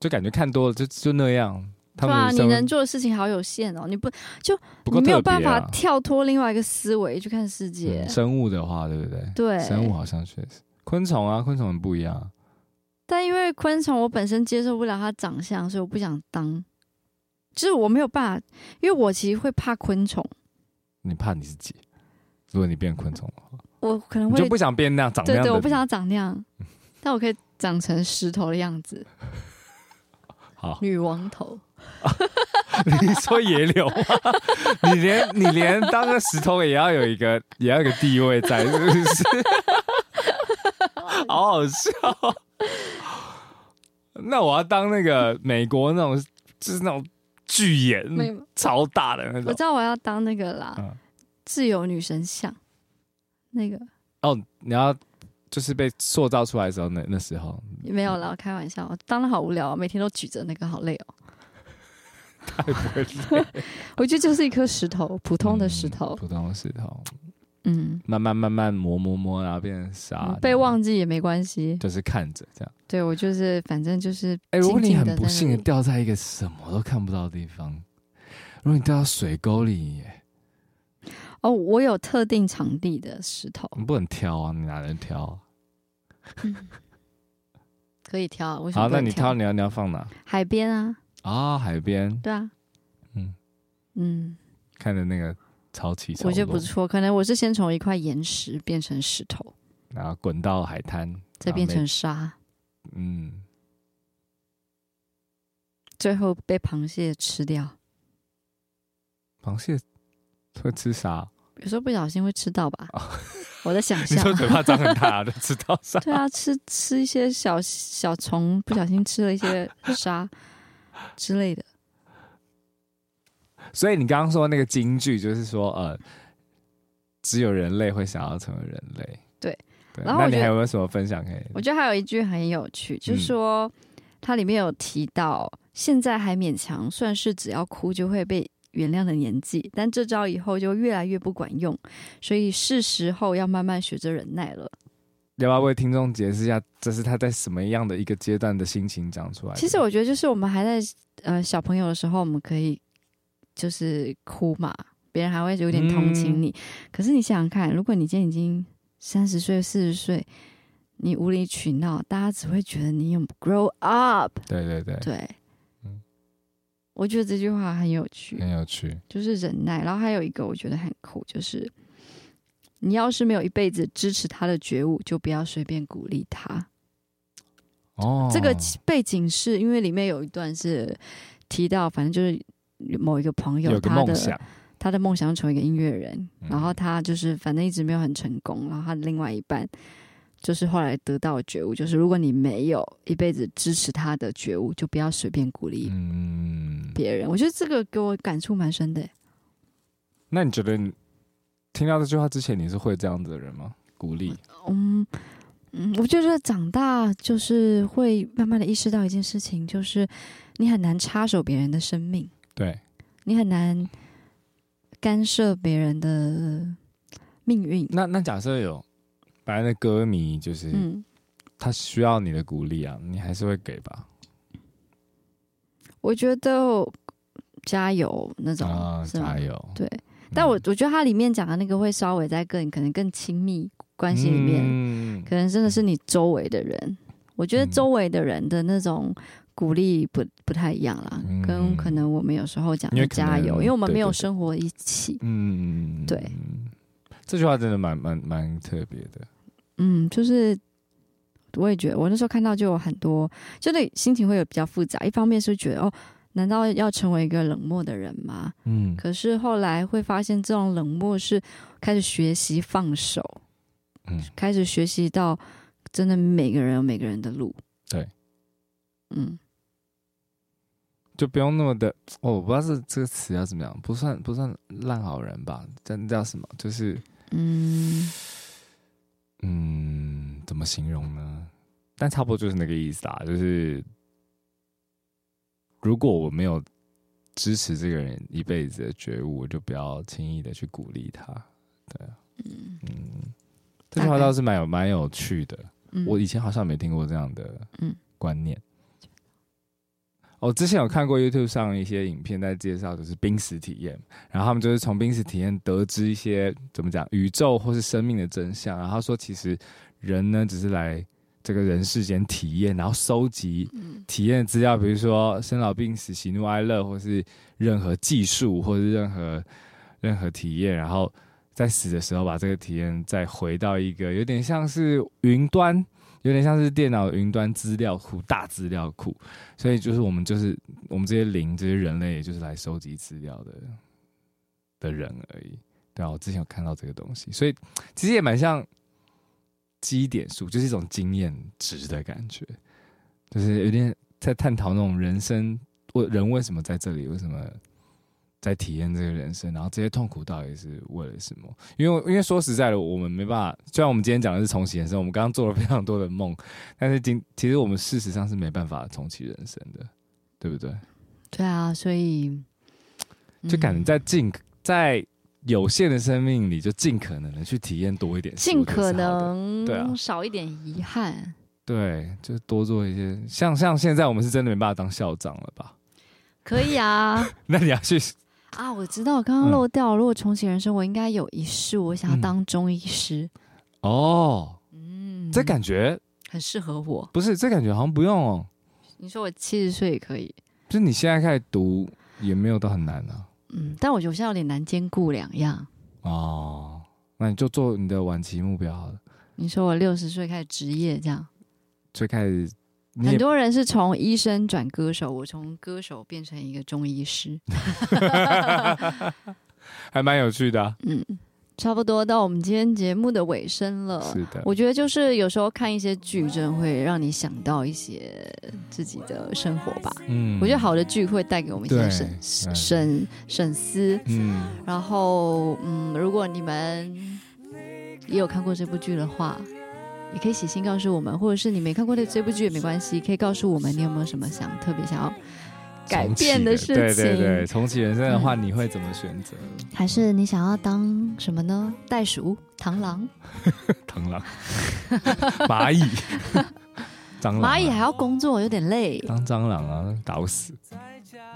S2: 就感觉看多了就就那样，他
S1: 对啊，
S2: 们
S1: 你能
S2: 生
S1: 做的事情好有限哦，你不
S2: 不够
S1: 你没
S2: 特别啊
S1: 有办法跳脱另外一个思维去看世界
S2: 嗯。生物的话，对不对？
S1: 对，
S2: 生物好像确实，昆虫啊，昆虫很不一样啊。
S1: 但因为昆虫我本身接受不了它长相，所以我不想当。就是我没有办法，因为我其实会怕昆虫，
S2: 你怕你自己，如果你变昆虫的话，
S1: 我可能
S2: 你
S1: 会
S2: 就不想变那样长那
S1: 对
S2: 样
S1: 对，
S2: 的。
S1: 我不想要长那
S2: (laughs)
S1: 样，但我可以长成石头的样子，
S2: 好，
S1: 女王头。
S2: (laughs) 你说野柳吗？你连你连当个石头也要有一个也要有一个地位在，是
S1: (laughs)
S2: 不是？好好笑。那我要当那个美国那种，就是那种巨眼
S1: 没有
S2: 超大的那
S1: 我
S2: 种
S1: 知。道我要当那个啦，
S2: 嗯
S1: 自由女神像，那个
S2: 哦，你要就是被塑造出来的时候，那那时候
S1: 没有
S2: 嗯
S1: 啦，我开玩笑，我当的好无聊、哦，每天都举着那个，好累哦。
S2: 太不会了
S1: 我觉得就是一颗石头，普通的石
S2: 嗯
S1: 头，
S2: 普通的石头，
S1: 嗯，
S2: 慢慢慢慢磨磨磨，然后变成沙
S1: 嗯，被忘记也没关系。
S2: 啊就是看着这样。
S1: 对我就是，反正就是，
S2: 哎、如果你
S1: 静静地
S2: 很不
S1: 在那
S2: 幸的
S1: 里
S2: 掉在一个什么都看不到的地方，如果你掉到水沟里耶，
S1: 哦，我有特定场地的石头
S2: 你不能挑啊，你哪能挑、啊？
S1: 可以挑啊，为什么
S2: 好，
S1: 不
S2: 那
S1: 能
S2: 你挑你要你要放哪
S1: 海边啊，
S2: 啊、海边
S1: 对啊，
S2: 嗯
S1: 嗯，
S2: 看着那个潮起潮
S1: 我觉得不
S2: 落，
S1: 错，可能我是先从一块岩石变成石头，
S2: 然后滚到海滩，
S1: 再
S2: 然后
S1: 变成
S2: 啊没
S1: 沙，
S2: 嗯，
S1: 最后被螃蟹吃掉。
S2: 螃蟹会吃啥？
S1: (laughs) 有时候不小心会吃到吧，我在想
S2: 哦 (laughs) 你
S1: 象
S2: 说。嘴巴张很大的吃到啥？ (laughs)
S1: 对啊，吃吃一些小小虫，不小心吃了一些
S2: (laughs)
S1: 沙之类的。
S2: 所以你刚刚说那个金句，就是说呃，只有人类会想要成为人类。
S1: 对
S2: 对，
S1: 然后
S2: 那
S1: 我
S2: 你
S1: 觉得
S2: 还有没有什么分享可以？
S1: 我觉得还有一句很有趣，就是
S2: 嗯
S1: 说、它里面有提到，现在还勉强算是只要哭就会被原谅的年纪，但这招以后就越来越不管用，所以是时候要慢慢学着忍耐了。
S2: 要不要为听众解释一下，这是他在什么样的一个阶段的心情长出来的？
S1: 其实我觉得，就是我们还在呃小朋友的时候，我们可以就是哭嘛，别人还会有点同情你。可是你想想看，如果你今天已经三十岁、四十岁，你无理取闹，大家只会觉得你有 grow up。
S2: 对对对，
S1: 对，
S2: 嗯
S1: 我觉得这句话很有趣，
S2: 很有趣。
S1: 就是忍耐。然后还有一个我觉得很酷，就是你要是没有一辈子支持他的觉悟，就不要随便鼓励他。
S2: 哦，
S1: 这个背景是因为里面有一段是提到，反正就是某一个朋友
S2: 有个
S1: 他
S2: 梦
S1: 的
S2: 想，
S1: 他的梦想是成为一个音乐人，
S2: 嗯
S1: 然后他就是反正一直没有很成功，然后他的另外一半就是后来得到的觉悟，就是如果你没有一辈子支持他的觉悟，就不要随便鼓励
S2: 嗯，
S1: 别人。我觉得这个给我感触蛮深的、
S2: 那你觉得你听到这句话之前，你是会这样子的人吗？鼓励，
S1: 嗯嗯，我觉得长大就是会慢慢的意识到一件事情，就是你很难插手别人的生命。
S2: 对，
S1: 你很难干涉别人的命运。
S2: 那那假设有本来的歌迷，就是、
S1: 嗯，
S2: 他需要你的鼓励啊，你还是会给吧？
S1: 我觉得加油那种、
S2: 啊，
S1: 是吗
S2: 加？油！
S1: 对，
S2: 嗯，
S1: 但我我觉得它里面讲的那个会稍微在更可能更亲密关系里
S2: 嗯
S1: 面，
S2: 面
S1: 可能真的是你周围的人。我觉得
S2: 嗯
S1: 周围的人的那种鼓励不不太一样啦，
S2: 嗯
S1: 跟可能我们有时候讲
S2: 因为
S1: 的
S2: 可能
S1: 加油，因为我们
S2: 对
S1: 没有
S2: 对对
S1: 生活一起。
S2: 嗯，
S1: 对，
S2: 这句话真的蛮蛮蛮特别的。
S1: 嗯，就是我也觉得，我那时候看到就有很多，就那心情会有比较复杂。一方面是觉得哦，难道要成为一个冷漠的人吗？
S2: 嗯，
S1: 可是后来会发现，这种冷漠是开始学习放手，
S2: 嗯
S1: 开始学习到真的每个人有每个人的路。
S2: 对，
S1: 嗯，
S2: 就不用那么的，哦，我不知道是这个词要怎么样，不算不算烂好人吧？这那叫什么？就是
S1: 嗯，
S2: 嗯，怎么形容呢？但差不多就是那个意思啦，就是如果我没有支持这个人一辈子的觉悟，我就不要轻易的去鼓励他。对啊，嗯，这句话
S1: 大概
S2: 倒是蛮有蛮有趣的。
S1: 嗯
S2: 我以前好像没听过这样的
S1: 嗯
S2: 观念。我之前有看过 YouTube 上一些影片在介绍，就是濒死体验，然后他们就是从濒死体验得知一些怎么讲宇宙或是生命的真相，然后说其实人呢只是来这个人世间体验，然后收集
S1: 嗯
S2: 体验资料，比如说生老病死、喜怒哀乐，或是任何技术，或是任何任何体验，然后在死的时候把这个体验再回到一个有点像是云端，有点像是电脑的云端资料库、大资料库，所以就是我们就是我们这些灵，这些人类，也就是来收集资料的的人而已。对啊，我之前有看到这个东西，所以其实也蛮像基点数，就是一种经验值的感觉，就是有点在探讨那种人生，为人为什么在这里，为什么在体验这个人生，然后这些痛苦到底是为了什么？因为因为说实在的，我们没办法。虽然我们今天讲的是重启人生，我们刚刚做了非常多的梦，但是今其实我们事实上是没办法重启人生的，对不对？
S1: 对啊，所以嗯
S2: 就感觉在尽在有限的生命里，就尽可能的去体验多一点，
S1: 尽
S2: 是
S1: 可
S2: 我觉得是好的对啊
S1: 能少一点遗憾。
S2: 对，就多做一些。像像现在我们是真的没办法当校长了吧？
S1: 可以啊 (laughs)
S2: 那你要去
S1: 啊！我知道，刚刚漏掉。如果重启人生，我应该有一世，我想要
S2: 嗯
S1: 当中医师。
S2: 哦，
S1: 嗯，
S2: 这感觉
S1: 很适合我。
S2: 不是，这感觉好像不用哦。
S1: 你说我七十岁也可以，
S2: 就是你现在开始读，也没有到很难啊。
S1: 嗯，但我觉得我现在有点难兼顾两样。
S2: 哦，那你就做你的晚期目标好了。
S1: 你说我六十岁开始职业这样，
S2: 最开始你
S1: 很
S2: 也
S1: 多人是从医生转歌手，我从歌手变成一个中医师。
S2: 还蛮有趣的啊、
S1: 嗯，差不多到我们今天节目的尾声了。
S2: 是的，
S1: 呃我觉得就是有时候看一些剧，真的会让你想到一些自己的生活吧。
S2: 嗯
S1: 我觉得，好的剧会带给我们一些
S2: 对
S1: 省
S2: 对
S1: 省省思。
S2: 嗯，
S1: 然后，嗯，如果你们也有看过这部剧的话，也可以写信告诉我们，或者是你没看过的这部剧也没关系，可以告诉我们你有没有什么想特别想要改
S2: 重启
S1: 变的
S2: 人
S1: 事
S2: 对对
S1: 情嗯
S2: 对，重启人生的话，你会怎么选择？
S1: 还是你想要当什么呢？袋鼠、螳螂、
S2: 螳螂、 (laughs)
S1: (laughs)
S2: 蚂蚁、蟑螂啊、
S1: 蚂蚁还要工作，有点累。
S2: 当蟑螂啊，搞死。 (laughs)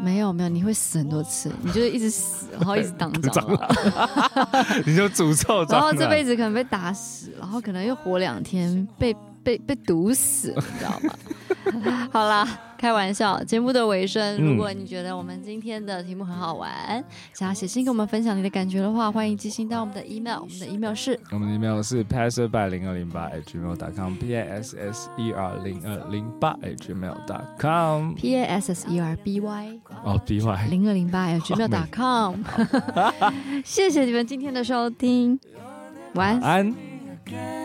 S1: 没有没有，你会死很多次，你就是一直死，然后一直当
S2: 蟑
S1: 蟑螂，
S2: 你就诅咒蟑
S1: 然
S2: 螂。
S1: 后这辈子可能被打死，然后可能又活两天，被被被毒死，你知道吗？ (laughs) 好啦，开玩笑。节目的尾声，
S2: 嗯
S1: 如果你觉得我们今天的题目很好玩，想要写信跟我们分享你的感觉的话，欢迎寄信到我们的 email，我们的 email 是
S2: 我们的 email 是 passer by 零二零八 gmail.com，p a s s e r 零二零八 gmail.com。
S1: p a s s e r b y
S2: 哦，B Y，
S1: 零二零八 gmail.com。谢谢你们今天的收听，晚安。
S2: 安。
S3: again.